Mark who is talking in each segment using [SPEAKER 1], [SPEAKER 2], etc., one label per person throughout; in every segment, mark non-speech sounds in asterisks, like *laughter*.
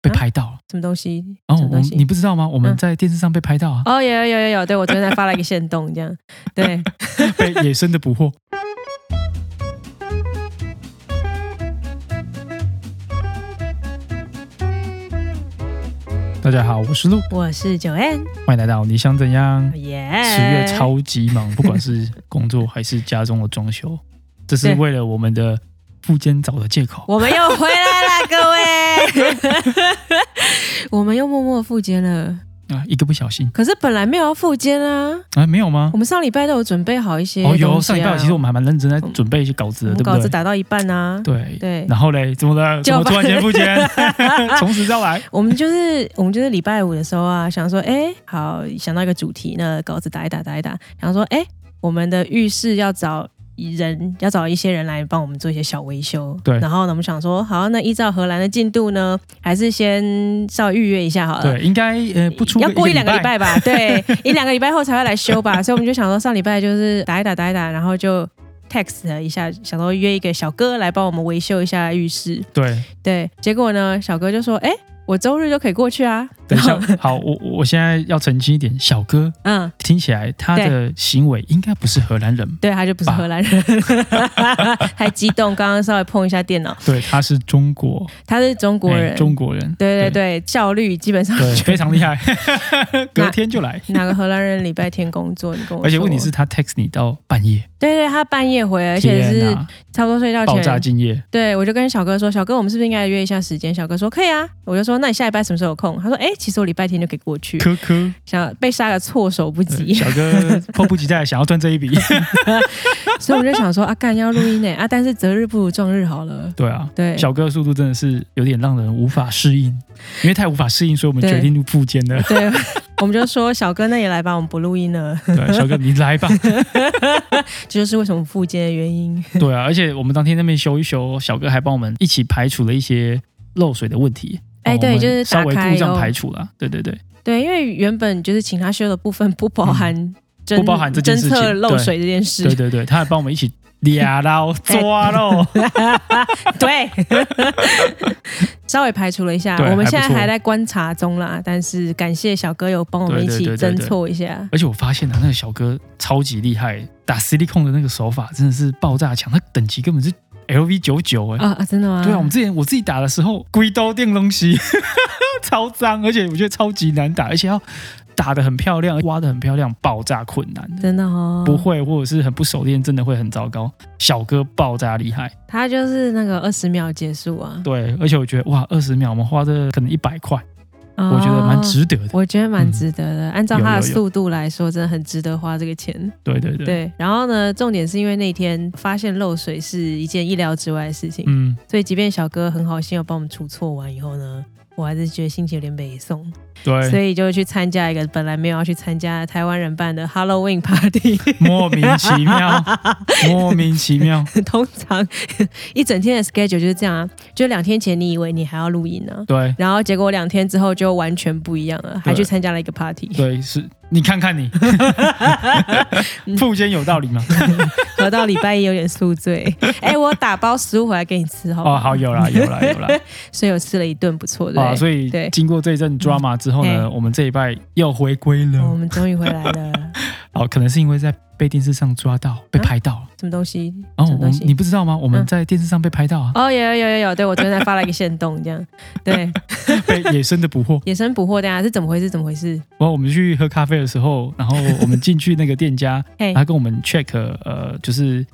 [SPEAKER 1] 被拍到了。
[SPEAKER 2] 什么东西？
[SPEAKER 1] 然
[SPEAKER 2] 啊什
[SPEAKER 1] 后哦我
[SPEAKER 2] 么东
[SPEAKER 1] 们
[SPEAKER 2] 西？
[SPEAKER 1] 你不知道吗？我们
[SPEAKER 2] 嗯
[SPEAKER 1] 在电视上被拍到
[SPEAKER 2] *laughs*
[SPEAKER 1] 啊，
[SPEAKER 2] 哦，有有有有有，对我
[SPEAKER 1] *laughs*
[SPEAKER 2] 昨天才发了一个线动，这样，对，
[SPEAKER 1] 被野生的捕获。大家好，我是陆，
[SPEAKER 2] 我是 Oh, 九 N，
[SPEAKER 1] 欢迎来到你想怎样？
[SPEAKER 2] 耶，
[SPEAKER 1] 十月超级
[SPEAKER 2] *laughs*
[SPEAKER 1] 忙，不管是工作还是家中的装修，这是
[SPEAKER 2] 对
[SPEAKER 1] 为了我们的副监找的借口。
[SPEAKER 2] 我们又回来
[SPEAKER 1] *laughs*
[SPEAKER 2] 了，各位， *laughs* 我们又默默复健了，
[SPEAKER 1] 啊，一个不小心
[SPEAKER 2] 可是本来没有要复健啊，
[SPEAKER 1] 啊，没有吗
[SPEAKER 2] 我？们上礼拜都有准备好一些、啊
[SPEAKER 1] 哦，有上礼拜其实我们还蛮认真在准备一些稿子
[SPEAKER 2] 我
[SPEAKER 1] 的，
[SPEAKER 2] 们
[SPEAKER 1] 对
[SPEAKER 2] 稿
[SPEAKER 1] 不
[SPEAKER 2] 子
[SPEAKER 1] 对？
[SPEAKER 2] 打到一半啊，
[SPEAKER 1] 对。
[SPEAKER 2] 对，
[SPEAKER 1] 然后嘞，怎么了？
[SPEAKER 2] 就
[SPEAKER 1] 怎么突然间不
[SPEAKER 2] *laughs*
[SPEAKER 1] 见？
[SPEAKER 2] 把
[SPEAKER 1] 从实招来。
[SPEAKER 2] 我们就是我们就是礼拜五的时候啊，想说，哎、好，想到一个主题，那稿子打一打打一打，想说，哎、我们的浴室要找人，要找一些人来帮我们做一些小维修。
[SPEAKER 1] 对
[SPEAKER 2] 然后呢，我们想说，好，那依照荷兰的进度呢，还是先稍微预约一下好了。
[SPEAKER 1] 对，应该呃不出
[SPEAKER 2] 要过一两个礼
[SPEAKER 1] 礼拜，
[SPEAKER 2] 拜吧，对，一 *laughs* 两个礼拜后才会来修吧，所以我们就想说上礼拜就是打一打打一打，然后就 text 了一下，想说约一个小哥来帮我们维修一下浴室，
[SPEAKER 1] 对，
[SPEAKER 2] 对，结果呢，小哥就说：“哎、我周日就可以过去啊。”
[SPEAKER 1] *laughs* 等一下
[SPEAKER 2] 然后，
[SPEAKER 1] 好，我我我现在要澄清一点，小哥
[SPEAKER 2] 嗯，
[SPEAKER 1] 听起来他的行为应该不是荷兰人，
[SPEAKER 2] 对，他就不是荷
[SPEAKER 1] *laughs*
[SPEAKER 2] 兰人，还激动，刚刚稍微碰一下电脑，
[SPEAKER 1] 对，他是中国
[SPEAKER 2] 他是中国人，
[SPEAKER 1] 哎中国人，
[SPEAKER 2] 对对对，效率基本上
[SPEAKER 1] 对，非常厉害，隔
[SPEAKER 2] 那
[SPEAKER 1] 天就来。
[SPEAKER 2] *laughs* 哪个荷兰人礼拜天工作？你跟我说，
[SPEAKER 1] 而且问题是，他 text 你到半夜，
[SPEAKER 2] 对对，他半夜回，而且
[SPEAKER 1] 天
[SPEAKER 2] 是
[SPEAKER 1] 哪
[SPEAKER 2] 差不多睡觉
[SPEAKER 1] 爆炸
[SPEAKER 2] 前，
[SPEAKER 1] 敬业，
[SPEAKER 2] 对我就跟小哥说：“小哥，我们是不是应该约一下时间？”小哥说：“可以啊。”我就说：“那你下礼拜什么时候有空？”他说：“哎、其实我礼拜天就可以
[SPEAKER 1] *laughs*
[SPEAKER 2] 过去。
[SPEAKER 1] 科科”
[SPEAKER 2] 想被杀个措手不
[SPEAKER 1] 对
[SPEAKER 2] 及，
[SPEAKER 1] 小哥迫不及待想要赚这一笔， *laughs*
[SPEAKER 2] *laughs* 所以我们就想说：“啊，干要录音呢啊，但是择日不如撞日好了。”
[SPEAKER 1] 对啊。
[SPEAKER 2] 对，
[SPEAKER 1] 小哥的速度真的是有点让人无法适应，因为太无法适应，所以我们
[SPEAKER 2] 对
[SPEAKER 1] 决定录附件了。
[SPEAKER 2] *laughs* 对，我们就说小哥那也来吧，我们不录音了，
[SPEAKER 1] 对，小哥你来吧， *laughs*
[SPEAKER 2] 这就是为什么复健的原因。
[SPEAKER 1] 对啊，而且我们当天那边修一修，小哥还帮我们一起排除了一些漏水的问题。
[SPEAKER 2] 哎
[SPEAKER 1] 哦
[SPEAKER 2] 对
[SPEAKER 1] 我们
[SPEAKER 2] 就是打
[SPEAKER 1] 稍微
[SPEAKER 2] 开
[SPEAKER 1] 故障
[SPEAKER 2] 哦
[SPEAKER 1] 排除了，对对对，
[SPEAKER 2] 对，因为原本就是请他修的部分不包含侦、
[SPEAKER 1] 嗯不包含这件
[SPEAKER 2] 侦
[SPEAKER 1] 事情
[SPEAKER 2] 测漏水这件事
[SPEAKER 1] 对，对对，他还帮我们一起俩
[SPEAKER 2] *laughs*
[SPEAKER 1] 捞
[SPEAKER 2] 哎
[SPEAKER 1] 抓喽，
[SPEAKER 2] 对，稍微排除了一下。
[SPEAKER 1] 对
[SPEAKER 2] 我
[SPEAKER 1] 还
[SPEAKER 2] 们
[SPEAKER 1] 不
[SPEAKER 2] 现在
[SPEAKER 1] 错
[SPEAKER 2] 还在观察中啦，但是感谢小哥有帮我们一
[SPEAKER 1] 对对
[SPEAKER 2] 起
[SPEAKER 1] 对对
[SPEAKER 2] 侦
[SPEAKER 1] 对
[SPEAKER 2] 错一下。
[SPEAKER 1] 而且我发现啊他那个小哥超级厉害，打 silicon 的那个手法真的是爆炸强，他等级根本是 LV 九九哎。
[SPEAKER 2] 啊啊，真的吗？
[SPEAKER 1] 对啊，我们之前我自己打的时候，龟刀电东西 *laughs* 超脏，而且我觉得超级难打，而且要打的很漂亮，挖的很漂亮，爆炸困难的。
[SPEAKER 2] 真的哦，
[SPEAKER 1] 不，会或者是很不熟练，真的会很糟糕。小哥爆炸厉害，
[SPEAKER 2] 他就是那个二十秒结束啊，
[SPEAKER 1] 对，而且我觉得哇，二十秒我们花的可能一百块，我
[SPEAKER 2] 我
[SPEAKER 1] 觉得蛮。值得的。
[SPEAKER 2] 哦我觉得蛮
[SPEAKER 1] 嗯
[SPEAKER 2] 值得的，按照他的
[SPEAKER 1] 有有有
[SPEAKER 2] 速度来说，真的很值得花这个钱。
[SPEAKER 1] 对对对，
[SPEAKER 2] 对，然后呢，重点是因为那天发现漏水是一件意料之外的事情，
[SPEAKER 1] 嗯，
[SPEAKER 2] 所以即便小哥很好心要帮我们除错完以后呢，我还是觉得心情有点美送，所
[SPEAKER 1] 对，
[SPEAKER 2] 以就去参加一个本来没有要去参加的台湾人办的 Halloween party。 *laughs*
[SPEAKER 1] 莫名其妙，莫名其妙，
[SPEAKER 2] 通常一整天的 schedule 就是这样啊，就两天前你以为你还要录音呢、
[SPEAKER 1] 对
[SPEAKER 2] 然后结果两天之后就完全不一样了，还
[SPEAKER 1] 对
[SPEAKER 2] 去参加了一个 party，
[SPEAKER 1] 对，是你看看
[SPEAKER 2] *laughs*
[SPEAKER 1] 你， *laughs*
[SPEAKER 2] 嗯
[SPEAKER 1] 富坚有道理吗？
[SPEAKER 2] 合到礼拜一有点宿醉。哎、我打包食物回来给你吃，好不好？
[SPEAKER 1] *laughs* 哦，好，有啦，有啦，有啦。
[SPEAKER 2] 所以我吃了一顿不错的、
[SPEAKER 1] 啊，所以
[SPEAKER 2] 对嗯
[SPEAKER 1] 经过这一阵 drama 之后呢，我们这一拜又回归
[SPEAKER 2] 哦我
[SPEAKER 1] 了。
[SPEAKER 2] 们终于回来 *laughs* 了，
[SPEAKER 1] 哦，可能是因为在被电视上抓到，被拍到了。
[SPEAKER 2] 什么东西？
[SPEAKER 1] 然
[SPEAKER 2] 什
[SPEAKER 1] 后我
[SPEAKER 2] 么嗯东
[SPEAKER 1] 们
[SPEAKER 2] 西？
[SPEAKER 1] 你不知道吗？我们
[SPEAKER 2] 嗯
[SPEAKER 1] 在电视上被拍到啊，
[SPEAKER 2] 哦，有有有有有，对我昨天才发了一个线动，这样， *laughs* 对，
[SPEAKER 1] *laughs* 被野生的捕
[SPEAKER 2] *laughs*
[SPEAKER 1] 获。
[SPEAKER 2] 野生捕获，大家是怎么回事？怎么回事？
[SPEAKER 1] 然后我们去喝咖啡的时候，然后我们进去那个店家，
[SPEAKER 2] *laughs* 嘿
[SPEAKER 1] 他跟我们 check 呃，就是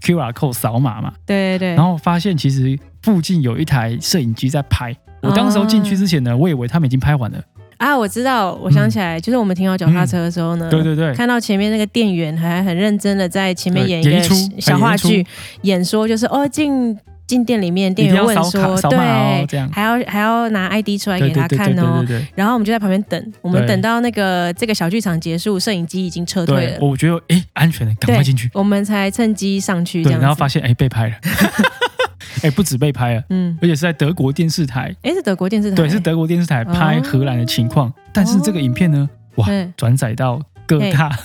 [SPEAKER 1] QR code 扫码嘛，
[SPEAKER 2] 对对
[SPEAKER 1] 然
[SPEAKER 2] 对，
[SPEAKER 1] 后发现其实附近有一台摄影机在拍。我当时候进去之
[SPEAKER 2] 哦
[SPEAKER 1] 前呢，我以为他们已经拍完了。
[SPEAKER 2] 啊，我知道，我想起来，就是我们停好脚踏车的时候呢，
[SPEAKER 1] 对对对，
[SPEAKER 2] 嗯看到前面那个店员还很认真的在前面
[SPEAKER 1] 对
[SPEAKER 2] 演
[SPEAKER 1] 演
[SPEAKER 2] 一
[SPEAKER 1] 一出
[SPEAKER 2] 个小话剧，演说，就是哦进进店里面，
[SPEAKER 1] 一
[SPEAKER 2] 店
[SPEAKER 1] 定
[SPEAKER 2] 员
[SPEAKER 1] 要
[SPEAKER 2] 问
[SPEAKER 1] 扫卡
[SPEAKER 2] 说，
[SPEAKER 1] 扫
[SPEAKER 2] 对，
[SPEAKER 1] 码哦，这样。
[SPEAKER 2] 还要还要拿 ID 出来
[SPEAKER 1] 对
[SPEAKER 2] 给
[SPEAKER 1] 对
[SPEAKER 2] 他
[SPEAKER 1] 对
[SPEAKER 2] 看
[SPEAKER 1] 对对
[SPEAKER 2] 哦
[SPEAKER 1] 对，对
[SPEAKER 2] 然后我们就在旁边等，我们
[SPEAKER 1] 对
[SPEAKER 2] 等到那个这个小剧场结束，摄影机已经撤退
[SPEAKER 1] 对，
[SPEAKER 2] 了，
[SPEAKER 1] 我觉得哎，安全的，赶快进去。
[SPEAKER 2] 我们才趁机上去这
[SPEAKER 1] 对，
[SPEAKER 2] 样子。
[SPEAKER 1] 然后发现哎被
[SPEAKER 2] *laughs*
[SPEAKER 1] 拍了，哎不止被拍了，
[SPEAKER 2] 嗯，
[SPEAKER 1] 而且是在德国电视台，
[SPEAKER 2] 哎，是德国电视台，
[SPEAKER 1] 对，是德国电视台拍
[SPEAKER 2] 哦
[SPEAKER 1] 荷兰的情况。但是这个影片呢，哇，
[SPEAKER 2] 对
[SPEAKER 1] 转 *laughs*
[SPEAKER 2] *laughs*
[SPEAKER 1] 载到各大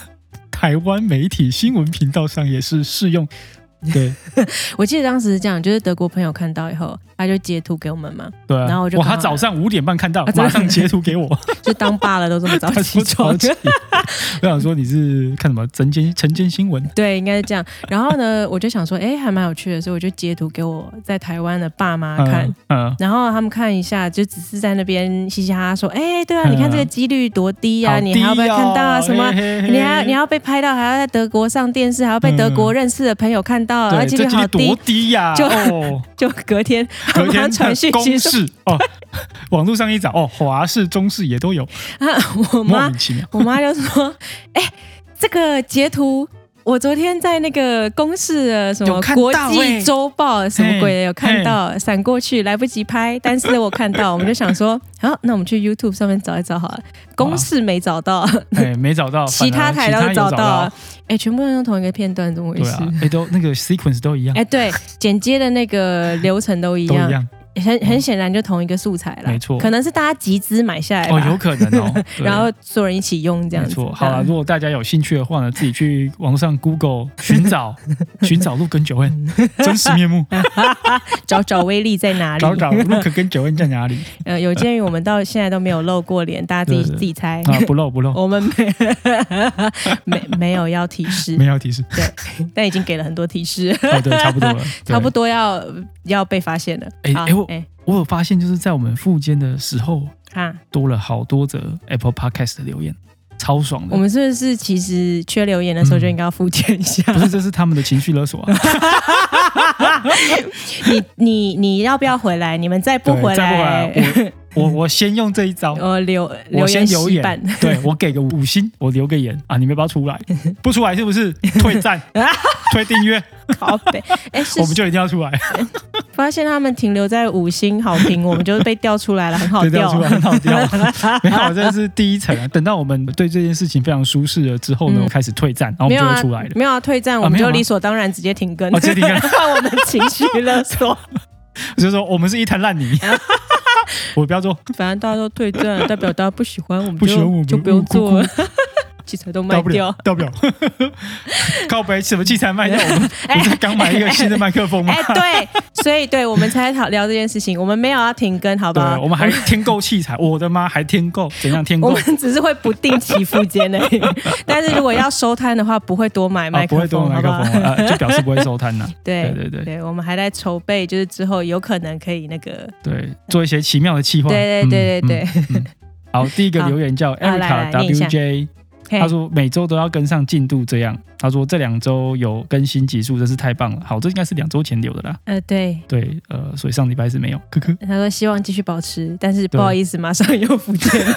[SPEAKER 1] 台湾媒体新闻频道上也是适用对
[SPEAKER 2] 我记得当时是这样，就是德国朋友看到以后，他就截图给我们嘛， *laughs*
[SPEAKER 1] 对啊。
[SPEAKER 2] 然后我就
[SPEAKER 1] 哇，
[SPEAKER 2] 刚
[SPEAKER 1] 他
[SPEAKER 2] 好
[SPEAKER 1] 早上五点半看到
[SPEAKER 2] 啊，真
[SPEAKER 1] 马
[SPEAKER 2] 的
[SPEAKER 1] 上截图给
[SPEAKER 2] *laughs*
[SPEAKER 1] 我，
[SPEAKER 2] 就当爸了都这么早
[SPEAKER 1] 他
[SPEAKER 2] 起
[SPEAKER 1] 说
[SPEAKER 2] 床
[SPEAKER 1] 超，级。我想说你是看什么晨间晨间新闻？
[SPEAKER 2] *laughs* 对，应该是这样。然后呢，我就想说，哎，还蛮有趣的，所以我就截图给我在台湾的爸妈啊看。
[SPEAKER 1] 嗯嗯，
[SPEAKER 2] 然后他们看一下，就只是在那边嘻嘻哈哈说：“哎，对啊，你看这个几率多低哎呀、
[SPEAKER 1] 好
[SPEAKER 2] 你还要不要
[SPEAKER 1] 低哦
[SPEAKER 2] 看到啊？什么？
[SPEAKER 1] 嘿嘿嘿
[SPEAKER 2] 你还要你要被拍到，还要在德国上电视，还要被德国认识的朋友看到，
[SPEAKER 1] 对
[SPEAKER 2] 哦而几率
[SPEAKER 1] 这几
[SPEAKER 2] 好
[SPEAKER 1] 率
[SPEAKER 2] 低
[SPEAKER 1] 多。低呀！
[SPEAKER 2] 就
[SPEAKER 1] 哦，
[SPEAKER 2] 就隔天他 *laughs*
[SPEAKER 1] 隔
[SPEAKER 2] 妈
[SPEAKER 1] 天
[SPEAKER 2] 传讯息
[SPEAKER 1] 公
[SPEAKER 2] 说
[SPEAKER 1] 式哦， *laughs* 网络上一找哦，华视、中视也都有，：“
[SPEAKER 2] *laughs* 啊，我
[SPEAKER 1] 莫
[SPEAKER 2] 妈
[SPEAKER 1] 名其妙。
[SPEAKER 2] *laughs* 我妈就说：“哎、这个截图我昨天在那个公视的什么
[SPEAKER 1] 有看
[SPEAKER 2] 国
[SPEAKER 1] 到哎
[SPEAKER 2] 际
[SPEAKER 1] 欸
[SPEAKER 2] 周报什么
[SPEAKER 1] 嘿
[SPEAKER 2] 鬼的有看到，闪过去来不及拍，但是我
[SPEAKER 1] *laughs*
[SPEAKER 2] 看到，我们就想说，好，那我们去 YouTube 上面找一找好了。公视没找到，
[SPEAKER 1] 哎，没找到，
[SPEAKER 2] *laughs* 其他台
[SPEAKER 1] 反而
[SPEAKER 2] 都
[SPEAKER 1] 其
[SPEAKER 2] 找
[SPEAKER 1] 有
[SPEAKER 2] 到
[SPEAKER 1] 到
[SPEAKER 2] 了，。哎、全部都用同一个片段，怎么回
[SPEAKER 1] 对
[SPEAKER 2] 事？
[SPEAKER 1] 啊，哎，都那个 sequence 都一样
[SPEAKER 2] 哎、，对，剪接的那个流程都一
[SPEAKER 1] 都
[SPEAKER 2] 样
[SPEAKER 1] 一，样哦嗯
[SPEAKER 2] 很很显然就同一个素材了，
[SPEAKER 1] 没错
[SPEAKER 2] 可能是大家集资买下来吧，。
[SPEAKER 1] 哦，有可能哦
[SPEAKER 2] *laughs* 然后所有人一起用这
[SPEAKER 1] 对
[SPEAKER 2] 样
[SPEAKER 1] 没
[SPEAKER 2] 子。
[SPEAKER 1] 错，好啊了，
[SPEAKER 2] 嗯
[SPEAKER 1] 如果大家有兴趣的话呢，自己去网上 Google 寻
[SPEAKER 2] *laughs*
[SPEAKER 1] 找寻找陆跟九恩真实面目，
[SPEAKER 2] 找找威力在嗯哪里？
[SPEAKER 1] 找找陆跟九恩在哪里
[SPEAKER 2] *laughs* 呃，有鉴于我们到现在都没有露过脸，大家自己
[SPEAKER 1] 对对
[SPEAKER 2] 自己猜。
[SPEAKER 1] 啊？不漏不漏，
[SPEAKER 2] 我们没没没有要提示
[SPEAKER 1] 没，有提示，
[SPEAKER 2] 但已经给了很多提示， *laughs*
[SPEAKER 1] 哦，对，差不多了，对
[SPEAKER 2] 差不多要要被发现了。
[SPEAKER 1] 哎
[SPEAKER 2] 好
[SPEAKER 1] 哎我
[SPEAKER 2] 哎
[SPEAKER 1] 我有发现，就是在我们复健的时候，
[SPEAKER 2] 哈，
[SPEAKER 1] 多了好多则 Apple Podcast 的留言，超爽
[SPEAKER 2] 我
[SPEAKER 1] 的。
[SPEAKER 2] 们是不是其实缺留言的
[SPEAKER 1] 嗯
[SPEAKER 2] 时候就应该要复健一下？ *laughs*
[SPEAKER 1] 不是，这是他们的情绪勒索啊！
[SPEAKER 2] 你你你要不要回来？你们再不
[SPEAKER 1] 对
[SPEAKER 2] 回
[SPEAKER 1] 再不回
[SPEAKER 2] 来，哦
[SPEAKER 1] 来，我我 *laughs* 我先用这一招，
[SPEAKER 2] 我留
[SPEAKER 1] 我先留
[SPEAKER 2] 洗版 *laughs*
[SPEAKER 1] 言，对我给个五星，我留个言啊！你们要不要出来？不出来是不是退
[SPEAKER 2] *laughs*
[SPEAKER 1] 赞、退订阅？ *laughs*
[SPEAKER 2] 拷贝。哎，是
[SPEAKER 1] 我们就一定要
[SPEAKER 2] *laughs*
[SPEAKER 1] 出来，
[SPEAKER 2] 发现他们停留在五星好评，我们就被调出来了，很好
[SPEAKER 1] 对，这
[SPEAKER 2] 调
[SPEAKER 1] 样出来很好掉。
[SPEAKER 2] *laughs*
[SPEAKER 1] 没有，这是第一层啊。等到我们对这件事情非常舒适了之后呢，
[SPEAKER 2] 嗯
[SPEAKER 1] 我开始退赞，然后我
[SPEAKER 2] 没
[SPEAKER 1] 们
[SPEAKER 2] 有
[SPEAKER 1] 哦就
[SPEAKER 2] 啊
[SPEAKER 1] 会出来了。
[SPEAKER 2] 没有啊，退战，我们
[SPEAKER 1] 没有
[SPEAKER 2] 就
[SPEAKER 1] 吗
[SPEAKER 2] 理所当然直接停更，
[SPEAKER 1] 哦直接
[SPEAKER 2] *laughs*
[SPEAKER 1] 停更
[SPEAKER 2] 让我们情绪勒索。啊
[SPEAKER 1] 就是说，我们是一滩烂泥。
[SPEAKER 2] 嗯
[SPEAKER 1] *laughs*
[SPEAKER 2] *laughs*
[SPEAKER 1] 我不要做，
[SPEAKER 2] 反正大家都退战，代表大家不喜欢，我们
[SPEAKER 1] 不喜欢我
[SPEAKER 2] 就
[SPEAKER 1] 们嗯
[SPEAKER 2] 就不用做了， *laughs* 器材都卖
[SPEAKER 1] 到不
[SPEAKER 2] 掉
[SPEAKER 1] 了。，到不了。
[SPEAKER 2] *laughs*
[SPEAKER 1] 靠北什么器材卖掉？我们
[SPEAKER 2] 哎
[SPEAKER 1] 不是刚买一个新的麦克风吗
[SPEAKER 2] 哎？，对，所以对我们才讨聊这件事情，我们没有要停更，好不
[SPEAKER 1] 对
[SPEAKER 2] 好，？
[SPEAKER 1] 我们还添购器材，我的妈，还添购？怎样添
[SPEAKER 2] *laughs* 我
[SPEAKER 1] 购？
[SPEAKER 2] 们只是会不定期复健而已， *laughs* 但是如果要收摊的话，不会多买
[SPEAKER 1] 啊，
[SPEAKER 2] 麦
[SPEAKER 1] 不会
[SPEAKER 2] 克
[SPEAKER 1] 动
[SPEAKER 2] 风，
[SPEAKER 1] 麦
[SPEAKER 2] 好
[SPEAKER 1] 克
[SPEAKER 2] 不
[SPEAKER 1] 风
[SPEAKER 2] 好？
[SPEAKER 1] 啊，就表示不会收摊呐。
[SPEAKER 2] *laughs* 对
[SPEAKER 1] 对对对
[SPEAKER 2] 对，我们还在筹备，就是之后有可能可以那个，
[SPEAKER 1] 对，做一些奇妙的计划。
[SPEAKER 2] 对对对
[SPEAKER 1] 嗯
[SPEAKER 2] 对对。
[SPEAKER 1] 嗯好，第一个
[SPEAKER 2] 好
[SPEAKER 1] 留言叫
[SPEAKER 2] 来来
[SPEAKER 1] Erica
[SPEAKER 2] 念一下
[SPEAKER 1] WJ，
[SPEAKER 2] 嘿
[SPEAKER 1] 他说每周都要跟上进度，这样。他说这两周有更新集数，真是太棒了。好，这应该是两周前留的啦。
[SPEAKER 2] 呃，对，
[SPEAKER 1] 对，呃，所以上礼拜是没有。 *laughs* 科科，
[SPEAKER 2] 他说希望继续保持，但是不
[SPEAKER 1] 对
[SPEAKER 2] 好意思，马上又不
[SPEAKER 1] *laughs*
[SPEAKER 2] 见了。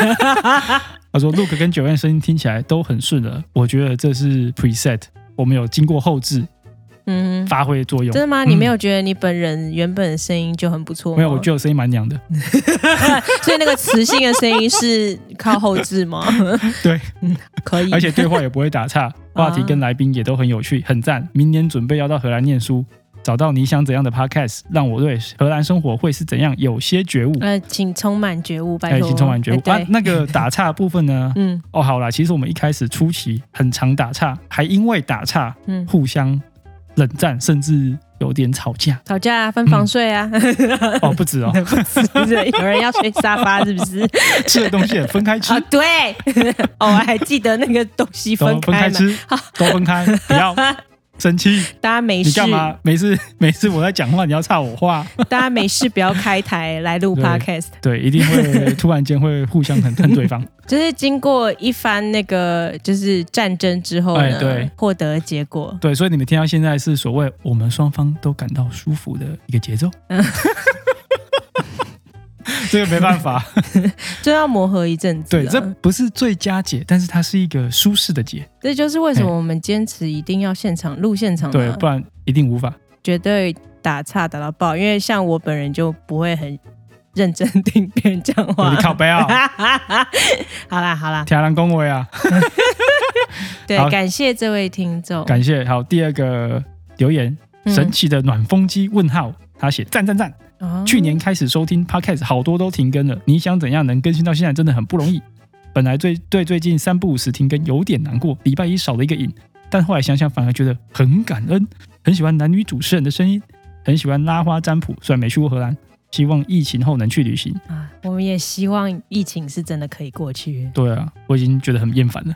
[SPEAKER 1] 他说 Look 跟九院声音听起来都很顺耳，我觉得这是 preset，我们有经过后置
[SPEAKER 2] 嗯，
[SPEAKER 1] 发挥作用
[SPEAKER 2] 真。的吗？你
[SPEAKER 1] 嗯
[SPEAKER 2] 没有觉得你本人原本的声音就很不错吗？
[SPEAKER 1] 没有，
[SPEAKER 2] *laughs*
[SPEAKER 1] 我觉得我声音蛮娘的。
[SPEAKER 2] 所以那个磁性的声音是靠后置吗？
[SPEAKER 1] *laughs* 对，
[SPEAKER 2] 嗯，可以。
[SPEAKER 1] 而且对话也不会打
[SPEAKER 2] *laughs*
[SPEAKER 1] 岔，话题跟来宾也都很有趣，很赞。明年准备要到荷兰念书，找到你想怎样的 podcast，让我对荷兰生活会是怎样有些觉悟。
[SPEAKER 2] 呃，请充满觉悟，拜
[SPEAKER 1] 哎，
[SPEAKER 2] 托，
[SPEAKER 1] 请充满觉悟。
[SPEAKER 2] 哎
[SPEAKER 1] 啊
[SPEAKER 2] 对，，
[SPEAKER 1] 那个打岔的部分
[SPEAKER 2] *laughs*
[SPEAKER 1] 呢？
[SPEAKER 2] 嗯
[SPEAKER 1] 哦，好啦，其实我们一开始初期很常打岔，还因为打岔
[SPEAKER 2] 嗯，
[SPEAKER 1] 互相冷战，甚至有点吵
[SPEAKER 2] *laughs*
[SPEAKER 1] 架。
[SPEAKER 2] 吵架啊，分房睡啊，
[SPEAKER 1] 哦，不止哦，
[SPEAKER 2] 不是 *laughs* 有人要睡沙发是
[SPEAKER 1] *laughs*
[SPEAKER 2] 不是？
[SPEAKER 1] 吃的东西也分开吃
[SPEAKER 2] 啊，，对， *laughs* 哦，我还记得那个东西
[SPEAKER 1] *laughs* 都
[SPEAKER 2] 分
[SPEAKER 1] 分
[SPEAKER 2] 开
[SPEAKER 1] 开
[SPEAKER 2] 嘛，
[SPEAKER 1] 吃，都分开， *laughs* 不要生气。
[SPEAKER 2] *laughs* 大家没
[SPEAKER 1] 你
[SPEAKER 2] 事
[SPEAKER 1] 干，嘛？每次 *laughs* 每次我在讲话，你要插我话。
[SPEAKER 2] 大家没事不要开台来录
[SPEAKER 1] 对
[SPEAKER 2] podcast。
[SPEAKER 1] *laughs* 对，一定会突然间会互相很恨对 *laughs* 方。
[SPEAKER 2] 就是经过一番那个就是战争之后呢，
[SPEAKER 1] 哎对
[SPEAKER 2] 获得结果，
[SPEAKER 1] 对，所以你们听到现在是所谓我们双方都感到舒服的一个节 *laughs* 奏。这个没办 *laughs* 法，
[SPEAKER 2] 就要磨合一阵子、啊。
[SPEAKER 1] 对，这不是最佳解，但是它是一个舒适的解，
[SPEAKER 2] 这就是为什么我们坚持一定要现场录现场、啊，
[SPEAKER 1] 对，不然一定无法。
[SPEAKER 2] 绝对打岔打到爆。因为像我本人就不会很认真听别人讲话
[SPEAKER 1] 你。靠背 *laughs* 啊，
[SPEAKER 2] *laughs* 好啦好啦，
[SPEAKER 1] 天狼恭维啊，
[SPEAKER 2] 对
[SPEAKER 1] 好，
[SPEAKER 2] 感谢这位听众，
[SPEAKER 1] 感谢。好，第二个留言，
[SPEAKER 2] 嗯
[SPEAKER 1] 神奇的暖风机问号，他写赞赞赞。
[SPEAKER 2] 哦
[SPEAKER 1] 去年开始收听 Podcast，好多都停更了。你想怎样能更新到现在，真的很不容易。本来最对最近三不五时停更有点难过，礼拜一少了一个影，但后来想想反而觉得很感恩。很喜欢男女主持人的声音，很喜欢拉花占卜，虽然没去过荷兰，希望疫情后能去旅行。，
[SPEAKER 2] 啊，我们也希望疫情是真的可以过去
[SPEAKER 1] 对啊，我已经觉得很厌烦了。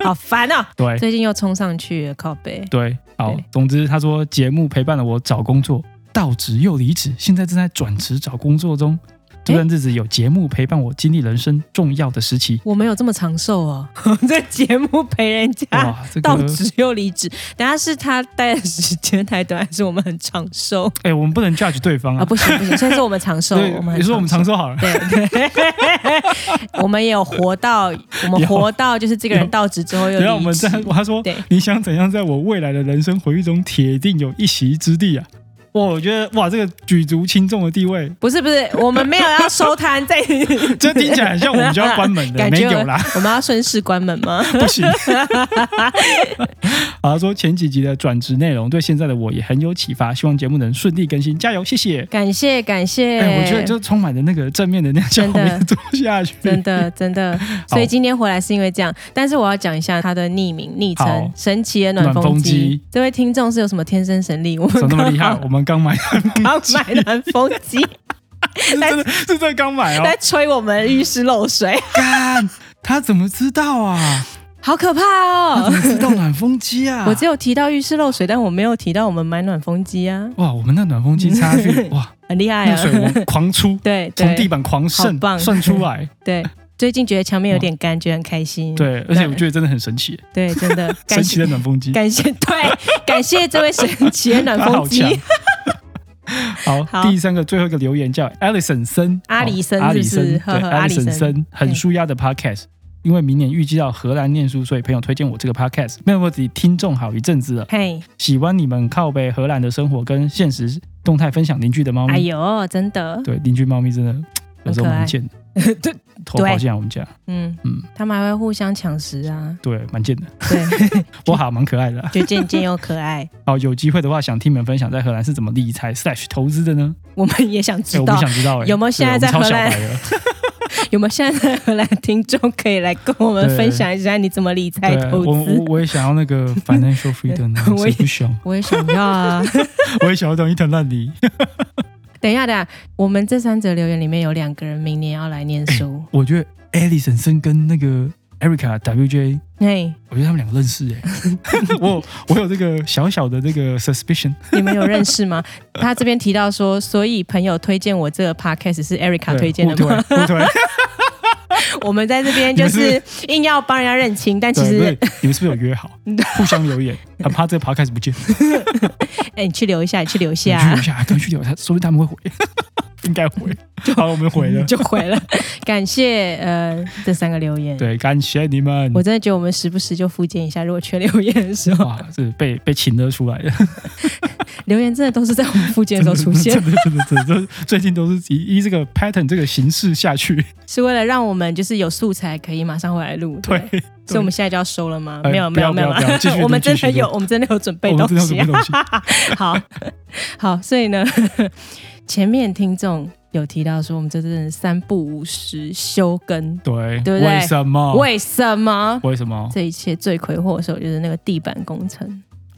[SPEAKER 2] 好烦
[SPEAKER 1] *laughs*
[SPEAKER 2] 哦！
[SPEAKER 1] 对
[SPEAKER 2] 最近又冲上去了，靠背。
[SPEAKER 1] 对，好
[SPEAKER 2] 对，
[SPEAKER 1] 总之他说节目陪伴了我找工作，到职又离职，现在正在转职找工作中。这段日子有节目陪伴我经历人生重要的时期。
[SPEAKER 2] 我们有这么长寿哦， *laughs* 这节目陪人家
[SPEAKER 1] 哇，这个
[SPEAKER 2] 啊到职又离职，等下是他待的时间太短，还是我们很长寿
[SPEAKER 1] 哎、我们不能 judge 对方
[SPEAKER 2] 啊？
[SPEAKER 1] 啊。
[SPEAKER 2] 不行不行，现在是我们长寿，
[SPEAKER 1] *laughs* 对，
[SPEAKER 2] 我们
[SPEAKER 1] 你说我们长寿好了。
[SPEAKER 2] 对对， *laughs* 我们也有活到，我们
[SPEAKER 1] 有
[SPEAKER 2] 活到就是这个人
[SPEAKER 1] 有
[SPEAKER 2] 到职之后
[SPEAKER 1] *laughs*
[SPEAKER 2] 又
[SPEAKER 1] 然后我
[SPEAKER 2] 离
[SPEAKER 1] 们
[SPEAKER 2] 职
[SPEAKER 1] 在，他说
[SPEAKER 2] 对，
[SPEAKER 1] 你想怎样在我未来的人生回忆中铁定有一席之地啊？哇，我觉得哇，这个举足轻重的地位， *laughs*
[SPEAKER 2] 不是不是，我们没有要收摊，在
[SPEAKER 1] 这听起来很像我们就要关门的，
[SPEAKER 2] 感
[SPEAKER 1] 没
[SPEAKER 2] 觉
[SPEAKER 1] 有
[SPEAKER 2] *laughs*
[SPEAKER 1] 啦，
[SPEAKER 2] 我们要顺势关门吗？
[SPEAKER 1] 不行。好，他说前几集的转职内容对现在的我也很有启发，希望节目能顺利更新，加油，谢谢。
[SPEAKER 2] 感谢感谢，
[SPEAKER 1] 哎、我觉得就充满了那个正面能 *laughs* 量，叫我
[SPEAKER 2] 真
[SPEAKER 1] 们
[SPEAKER 2] 的
[SPEAKER 1] 做下去。
[SPEAKER 2] 真的真的，所以今天回来是因为这样。但是我要讲一下他的匿名昵
[SPEAKER 1] 好
[SPEAKER 2] 称“神奇的
[SPEAKER 1] 暖
[SPEAKER 2] 暖
[SPEAKER 1] 风
[SPEAKER 2] 风机
[SPEAKER 1] 机”。
[SPEAKER 2] 这位听众是有什么天生神力？我们
[SPEAKER 1] 怎么那么厉害？
[SPEAKER 2] 刚
[SPEAKER 1] 我们刚买， *laughs*
[SPEAKER 2] 好刚买暖风机
[SPEAKER 1] 是真的是真的刚买哦
[SPEAKER 2] 在。吹我们浴室漏水，
[SPEAKER 1] 干，他怎么知道啊？
[SPEAKER 2] 好可怕
[SPEAKER 1] *laughs* 他怎
[SPEAKER 2] 哦！
[SPEAKER 1] 么知道暖风机啊？
[SPEAKER 2] 我只有提到浴室漏水，但我没有提到我们买暖风机啊，
[SPEAKER 1] 哇，我们那暖风机插
[SPEAKER 2] *laughs*
[SPEAKER 1] 去，哇，
[SPEAKER 2] 很厉害
[SPEAKER 1] 那
[SPEAKER 2] 啊！，
[SPEAKER 1] 水我狂出
[SPEAKER 2] *laughs* 对
[SPEAKER 1] 从地
[SPEAKER 2] 对
[SPEAKER 1] 板狂渗
[SPEAKER 2] 好棒
[SPEAKER 1] 渗出
[SPEAKER 2] *laughs*
[SPEAKER 1] 来。
[SPEAKER 2] 对，最近觉得墙面有点干，觉得很开心。
[SPEAKER 1] 对，而且我觉得真的很神奇，
[SPEAKER 2] 对，真的
[SPEAKER 1] *laughs* 神
[SPEAKER 2] 感
[SPEAKER 1] 奇的
[SPEAKER 2] 谢
[SPEAKER 1] 暖风机，
[SPEAKER 2] 感谢对感谢这位神奇的暖
[SPEAKER 1] 它 *laughs* 好
[SPEAKER 2] 风机
[SPEAKER 1] 强。好，
[SPEAKER 2] 好
[SPEAKER 1] 第三个最后一个留言叫 Alison 森，
[SPEAKER 2] 阿里森
[SPEAKER 1] 哦阿里
[SPEAKER 2] 是不是
[SPEAKER 1] 森，
[SPEAKER 2] 呵
[SPEAKER 1] 对
[SPEAKER 2] 呵阿里
[SPEAKER 1] ，Alison 森
[SPEAKER 2] 森
[SPEAKER 1] 很
[SPEAKER 2] 对
[SPEAKER 1] 舒压的 podcast。因为明年预计到荷兰念书，所以朋友推荐我这个 podcast，没有我自己听众好一阵子了。
[SPEAKER 2] 嘿，
[SPEAKER 1] 喜欢你们靠北荷兰的生活跟现实动态分享邻居的猫
[SPEAKER 2] 哎
[SPEAKER 1] 咪，
[SPEAKER 2] 呦，真的，
[SPEAKER 1] 嗯 *laughs* 对邻居猫咪真的有时候
[SPEAKER 2] 很可爱
[SPEAKER 1] 蛮贱的，
[SPEAKER 2] *laughs* 对，
[SPEAKER 1] 偷跑进来我们家，
[SPEAKER 2] 嗯
[SPEAKER 1] 嗯
[SPEAKER 2] 嗯，他们还会互相抢食啊，
[SPEAKER 1] 对，蛮贱的。
[SPEAKER 2] *laughs* 对，
[SPEAKER 1] 我好蛮可爱的啊、
[SPEAKER 2] 就渐渐又可爱。
[SPEAKER 1] 好，有机会的话，想听你们分享在荷兰是怎么理财 slash 投资的呢？
[SPEAKER 2] *laughs* 我们也想
[SPEAKER 1] 哎
[SPEAKER 2] 知
[SPEAKER 1] 我
[SPEAKER 2] 道
[SPEAKER 1] 们想知道、哎，
[SPEAKER 2] 有没有现在在
[SPEAKER 1] 对我们
[SPEAKER 2] 荷
[SPEAKER 1] 超
[SPEAKER 2] 兰
[SPEAKER 1] 小白的
[SPEAKER 2] 有没有现在荷兰听众可以来跟我们
[SPEAKER 1] 对
[SPEAKER 2] 分享一下你怎么理财
[SPEAKER 1] 对，
[SPEAKER 2] 投
[SPEAKER 1] 我
[SPEAKER 2] 资
[SPEAKER 1] 我。我也想要那
[SPEAKER 2] *laughs*
[SPEAKER 1] 个 financial freedom，啊
[SPEAKER 2] 我
[SPEAKER 1] 谁
[SPEAKER 2] 也
[SPEAKER 1] 不想？
[SPEAKER 2] 我也想要啊！
[SPEAKER 1] 我也想要当一滩烂泥。
[SPEAKER 2] *laughs*
[SPEAKER 1] *laughs*
[SPEAKER 2] 等一下，等一下，我们这三则留言里面有两个人明年要来念 *laughs* 书，
[SPEAKER 1] 我觉得 Alison 森跟那个 Erica WJ，
[SPEAKER 2] 哎，
[SPEAKER 1] 我觉得他们两个认
[SPEAKER 2] *laughs*
[SPEAKER 1] 识哎、 *laughs* 我有我有这个小小的这个 suspicion，
[SPEAKER 2] 你们有认识吗？他这边提到说，所以朋友推荐我这个 podcast 是 Erica
[SPEAKER 1] 对
[SPEAKER 2] 推荐的吗？
[SPEAKER 1] 互推互推，
[SPEAKER 2] 我们在这边就
[SPEAKER 1] 你
[SPEAKER 2] 是硬要帮人家认亲，但 *laughs* 其
[SPEAKER 1] 对，
[SPEAKER 2] 实
[SPEAKER 1] 对你们是不是有约
[SPEAKER 2] *laughs*
[SPEAKER 1] 好？互相留言，很怕这个 podcast 不见，
[SPEAKER 2] 哎，你去留一下，你去留一
[SPEAKER 1] 你
[SPEAKER 2] 下
[SPEAKER 1] 去留一下，赶快去留一下，说不定他们会回， *laughs* 应该回。好，我们回了。
[SPEAKER 2] *laughs* 就毁了。感谢呃这三个留言，
[SPEAKER 1] 对，感谢你们。
[SPEAKER 2] 我真的觉得我们时不时就复健一下，如果缺留言的时候， *laughs*
[SPEAKER 1] 哇，是被被请了出来的，
[SPEAKER 2] 留言真的都是在我们复健的时候
[SPEAKER 1] *laughs*
[SPEAKER 2] 出现，
[SPEAKER 1] 真的真的真的真的， *laughs* 最近都是以以这个 pattern 这个形式下去。
[SPEAKER 2] 是为了让我们就是有素材可以马上回来录。
[SPEAKER 1] 对，，
[SPEAKER 2] *laughs* 所以我们现在就要收了吗？
[SPEAKER 1] 哎
[SPEAKER 2] 没有
[SPEAKER 1] 不
[SPEAKER 2] 没
[SPEAKER 1] 要
[SPEAKER 2] 有没有
[SPEAKER 1] 不要不要继续，录
[SPEAKER 2] *laughs* 我们真
[SPEAKER 1] 继
[SPEAKER 2] 的
[SPEAKER 1] 续录
[SPEAKER 2] 有，我们真的有准备
[SPEAKER 1] 我们真
[SPEAKER 2] 东
[SPEAKER 1] 的有
[SPEAKER 2] 西啊
[SPEAKER 1] 准备东西。
[SPEAKER 2] *laughs* 好好，所以呢， *laughs* 前面听众有提到说，我们这真的是三不五时休更，
[SPEAKER 1] 对，
[SPEAKER 2] 对不对
[SPEAKER 1] 为什么？
[SPEAKER 2] 为什么？
[SPEAKER 1] 为什么
[SPEAKER 2] 这一切罪魁祸首就是那个地板工程，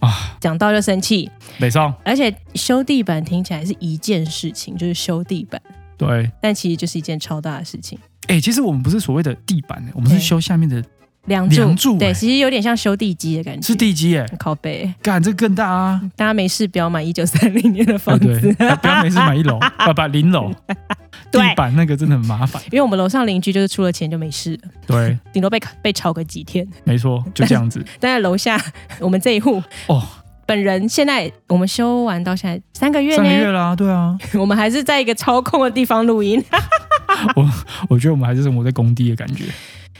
[SPEAKER 1] 啊？
[SPEAKER 2] 讲到就生气。
[SPEAKER 1] 北上
[SPEAKER 2] 而且修地板听起来是一件事情，就是修地板，
[SPEAKER 1] 对，
[SPEAKER 2] 但其实就是一件超大的事情。
[SPEAKER 1] 哎，其实我们不是所谓的地板，我们是
[SPEAKER 2] 对
[SPEAKER 1] 修下面的，
[SPEAKER 2] 梁柱，
[SPEAKER 1] 梁柱
[SPEAKER 2] 对，
[SPEAKER 1] 欸
[SPEAKER 2] 其实有点像修地基的感觉。
[SPEAKER 1] 是地基哎，
[SPEAKER 2] 靠背，
[SPEAKER 1] 干这更大啊！
[SPEAKER 2] 大家没事不要买一九三零年的
[SPEAKER 1] 啊
[SPEAKER 2] 房
[SPEAKER 1] 对，
[SPEAKER 2] 子，
[SPEAKER 1] 啊不要没事买一
[SPEAKER 2] *laughs*
[SPEAKER 1] 楼，不不零楼，
[SPEAKER 2] 对
[SPEAKER 1] 地板那个真的很麻烦。
[SPEAKER 2] 因为我们楼上邻居就是出了钱就没事了，
[SPEAKER 1] 对，
[SPEAKER 2] 顶多被被吵个几天。
[SPEAKER 1] 没错，就这样
[SPEAKER 2] *laughs*
[SPEAKER 1] 子。
[SPEAKER 2] 但是楼下我们这一户
[SPEAKER 1] 哦，
[SPEAKER 2] 本人现在我们修完到现在三个月
[SPEAKER 1] 上个月
[SPEAKER 2] 呢，
[SPEAKER 1] 啦，对啊，
[SPEAKER 2] 我们还是在一个超空的地方录音。 *laughs*
[SPEAKER 1] 我觉得我们还是生活在工地的感觉，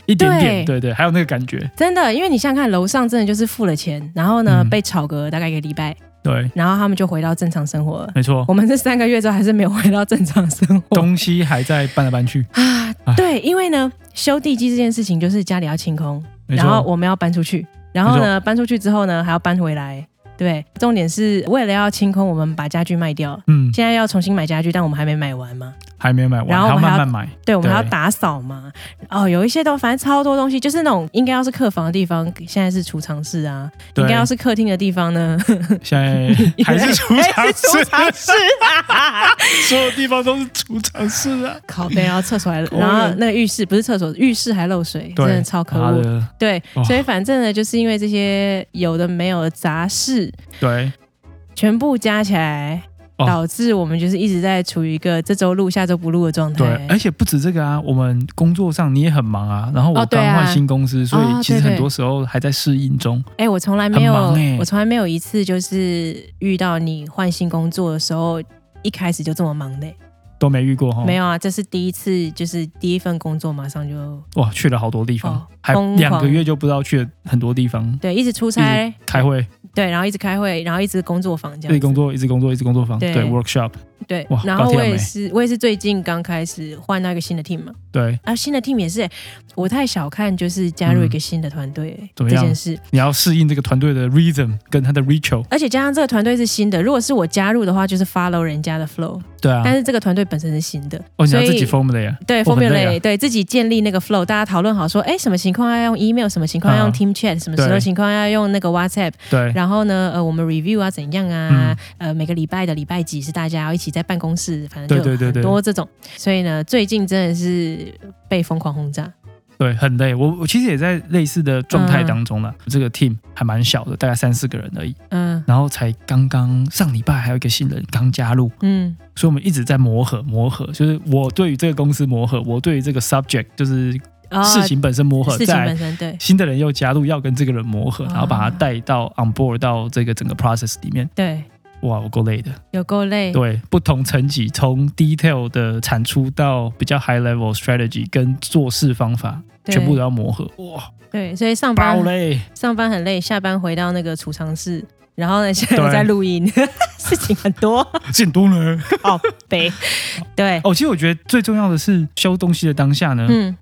[SPEAKER 1] 一点点，对
[SPEAKER 2] 对
[SPEAKER 1] 对，还有那个感觉，
[SPEAKER 2] 真的，因为你想想看，楼上真的就是付了钱，然后呢、
[SPEAKER 1] 嗯
[SPEAKER 2] 被炒个大概一个礼拜，
[SPEAKER 1] 对，
[SPEAKER 2] 然后他们就回到正常生活了。
[SPEAKER 1] 没错，
[SPEAKER 2] *laughs* 我们这三个月之后还是没有回到正常生活
[SPEAKER 1] 东西还在搬来搬去，
[SPEAKER 2] 啊
[SPEAKER 1] 唉。
[SPEAKER 2] 对，因为呢，修地基这件事情就是家里要清空，
[SPEAKER 1] 没
[SPEAKER 2] 然后
[SPEAKER 1] 错，
[SPEAKER 2] 我们要搬出去，然后呢搬出去之后呢还要搬回来，对，重点是为了要清空，我们把家具卖掉。
[SPEAKER 1] 嗯，
[SPEAKER 2] 现在要重新买家具，但我们还没买完嘛。
[SPEAKER 1] 还没买完，
[SPEAKER 2] 然后
[SPEAKER 1] 还要
[SPEAKER 2] 我们
[SPEAKER 1] 慢
[SPEAKER 2] 还要
[SPEAKER 1] 慢买。
[SPEAKER 2] 对，我们还要
[SPEAKER 1] 对
[SPEAKER 2] 打扫嘛。哦，有一些都反正超多东西，就是那种应该要是客房的地方，现在是储藏室啊；
[SPEAKER 1] 对
[SPEAKER 2] 应该要是客厅的地方呢，
[SPEAKER 1] 现
[SPEAKER 2] *laughs*
[SPEAKER 1] 在还是 *laughs* 储藏
[SPEAKER 2] 还是储藏
[SPEAKER 1] 室，
[SPEAKER 2] 室啊。
[SPEAKER 1] 所有地方都是储藏室啊。
[SPEAKER 2] 靠背，然后厕所还，
[SPEAKER 1] 恶
[SPEAKER 2] 然后那个浴室不是厕所，浴室还漏水，真
[SPEAKER 1] 对，
[SPEAKER 2] 的超可
[SPEAKER 1] 妈
[SPEAKER 2] 恶。
[SPEAKER 1] 的
[SPEAKER 2] 对
[SPEAKER 1] 哦，
[SPEAKER 2] 所以反正呢，就是因为这些有的没有的杂事，
[SPEAKER 1] 对，
[SPEAKER 2] 全部加起来，
[SPEAKER 1] 哦
[SPEAKER 2] 导致我们就是一直在处于一个这周录下周不录的状态。
[SPEAKER 1] 对，而且不止这个啊，我们工作上你也很忙啊，然后我
[SPEAKER 2] 哦对
[SPEAKER 1] 刚
[SPEAKER 2] 啊
[SPEAKER 1] 换新公司，所以
[SPEAKER 2] 哦
[SPEAKER 1] 其实
[SPEAKER 2] 对对
[SPEAKER 1] 很多时候还在适应中。
[SPEAKER 2] 哎、我从来没有
[SPEAKER 1] 很忙欸，
[SPEAKER 2] 我从来没有一次就是遇到你换新工作的时候，一开始就这么忙的欸、
[SPEAKER 1] 都没遇过哈，
[SPEAKER 2] 没有啊，这是第一次，就是第一份工作马上就
[SPEAKER 1] 哇，去了好多地方
[SPEAKER 2] 哦，
[SPEAKER 1] 还
[SPEAKER 2] 疯狂
[SPEAKER 1] 两个月就不知道去了很多地方，
[SPEAKER 2] 对，一直出差，
[SPEAKER 1] 开会，
[SPEAKER 2] 对，然后一直开会，然后一直工作坊
[SPEAKER 1] 一
[SPEAKER 2] 这样
[SPEAKER 1] 直
[SPEAKER 2] 子，
[SPEAKER 1] 工作，一直工作，一直工作坊，
[SPEAKER 2] 对
[SPEAKER 1] 对，workshop，
[SPEAKER 2] 对
[SPEAKER 1] 哇，
[SPEAKER 2] 然后
[SPEAKER 1] 搞定
[SPEAKER 2] 我
[SPEAKER 1] 了
[SPEAKER 2] 也
[SPEAKER 1] 没
[SPEAKER 2] 是，我也是最近刚开始换到一个新的 team 嘛，
[SPEAKER 1] 对，
[SPEAKER 2] 啊，新的 team 也是欸、我太小看就是加入一个
[SPEAKER 1] 嗯
[SPEAKER 2] 新的团队欸、
[SPEAKER 1] 怎么
[SPEAKER 2] 这
[SPEAKER 1] 样
[SPEAKER 2] 件事，
[SPEAKER 1] 你要适应这个团队的 rhythm 跟他的 ritual，
[SPEAKER 2] 而且加上这个团队是新的，如果是我加入的话，就是 follow 人家的 flow，、
[SPEAKER 1] 对
[SPEAKER 2] *laughs*
[SPEAKER 1] 啊，
[SPEAKER 2] 但是这个团队本身是新的，
[SPEAKER 1] 哦，你要
[SPEAKER 2] 所以
[SPEAKER 1] 自己 formula，
[SPEAKER 2] 对
[SPEAKER 1] 我很累啊
[SPEAKER 2] formula 对自己建立那个 flow，大家讨论好说，哎，什么情况要用 email，什么情况
[SPEAKER 1] 啊
[SPEAKER 2] 要用 team chat，什么时候
[SPEAKER 1] 对
[SPEAKER 2] 情况要用那个 WhatsApp，
[SPEAKER 1] 对，
[SPEAKER 2] *laughs*
[SPEAKER 1] 嗯
[SPEAKER 2] 然后呢，呃，我们 review 啊怎样啊，呃，每个礼拜的礼拜几是大家要一起在办公室，反正
[SPEAKER 1] 对
[SPEAKER 2] 就
[SPEAKER 1] 对对对
[SPEAKER 2] 很多这种，所以呢，最近真的是被疯狂轰炸，
[SPEAKER 1] 对，很累。我我其实也在类似的状态当中了。这个 team 还蛮小的，大概三四个人而已。
[SPEAKER 2] 嗯
[SPEAKER 1] 然后才刚刚上礼拜还有一个新人刚加入，
[SPEAKER 2] 嗯
[SPEAKER 1] 所以我们一直在磨合磨合。就是我对于这个公司磨合，我对于这个 subject 就是
[SPEAKER 2] 啊
[SPEAKER 1] 事情本身磨合，
[SPEAKER 2] 事情
[SPEAKER 1] 再来
[SPEAKER 2] 本身对
[SPEAKER 1] 新的人又加入，要跟这个人磨合，
[SPEAKER 2] 啊
[SPEAKER 1] 然后把他带到 on board 到这个整个 process 里面。
[SPEAKER 2] 对，
[SPEAKER 1] 哇，我够累的。
[SPEAKER 2] 有够累，
[SPEAKER 1] 对，不同层级，从 detail 的产出到比较 high level strategy 跟做事方法，
[SPEAKER 2] 对
[SPEAKER 1] 全部都要磨合。哇，
[SPEAKER 2] 对，所以上
[SPEAKER 1] 爆
[SPEAKER 2] 班 *laughs*
[SPEAKER 1] 累。
[SPEAKER 2] 上班很累，下班回到那个储藏室，然后呢，现在
[SPEAKER 1] 对
[SPEAKER 2] 我在录音， *laughs* 事情很多， *laughs*
[SPEAKER 1] 见多了。
[SPEAKER 2] 好悲，对，
[SPEAKER 1] 哦，其实我觉得最重要的是修东西的当下呢，
[SPEAKER 2] 嗯。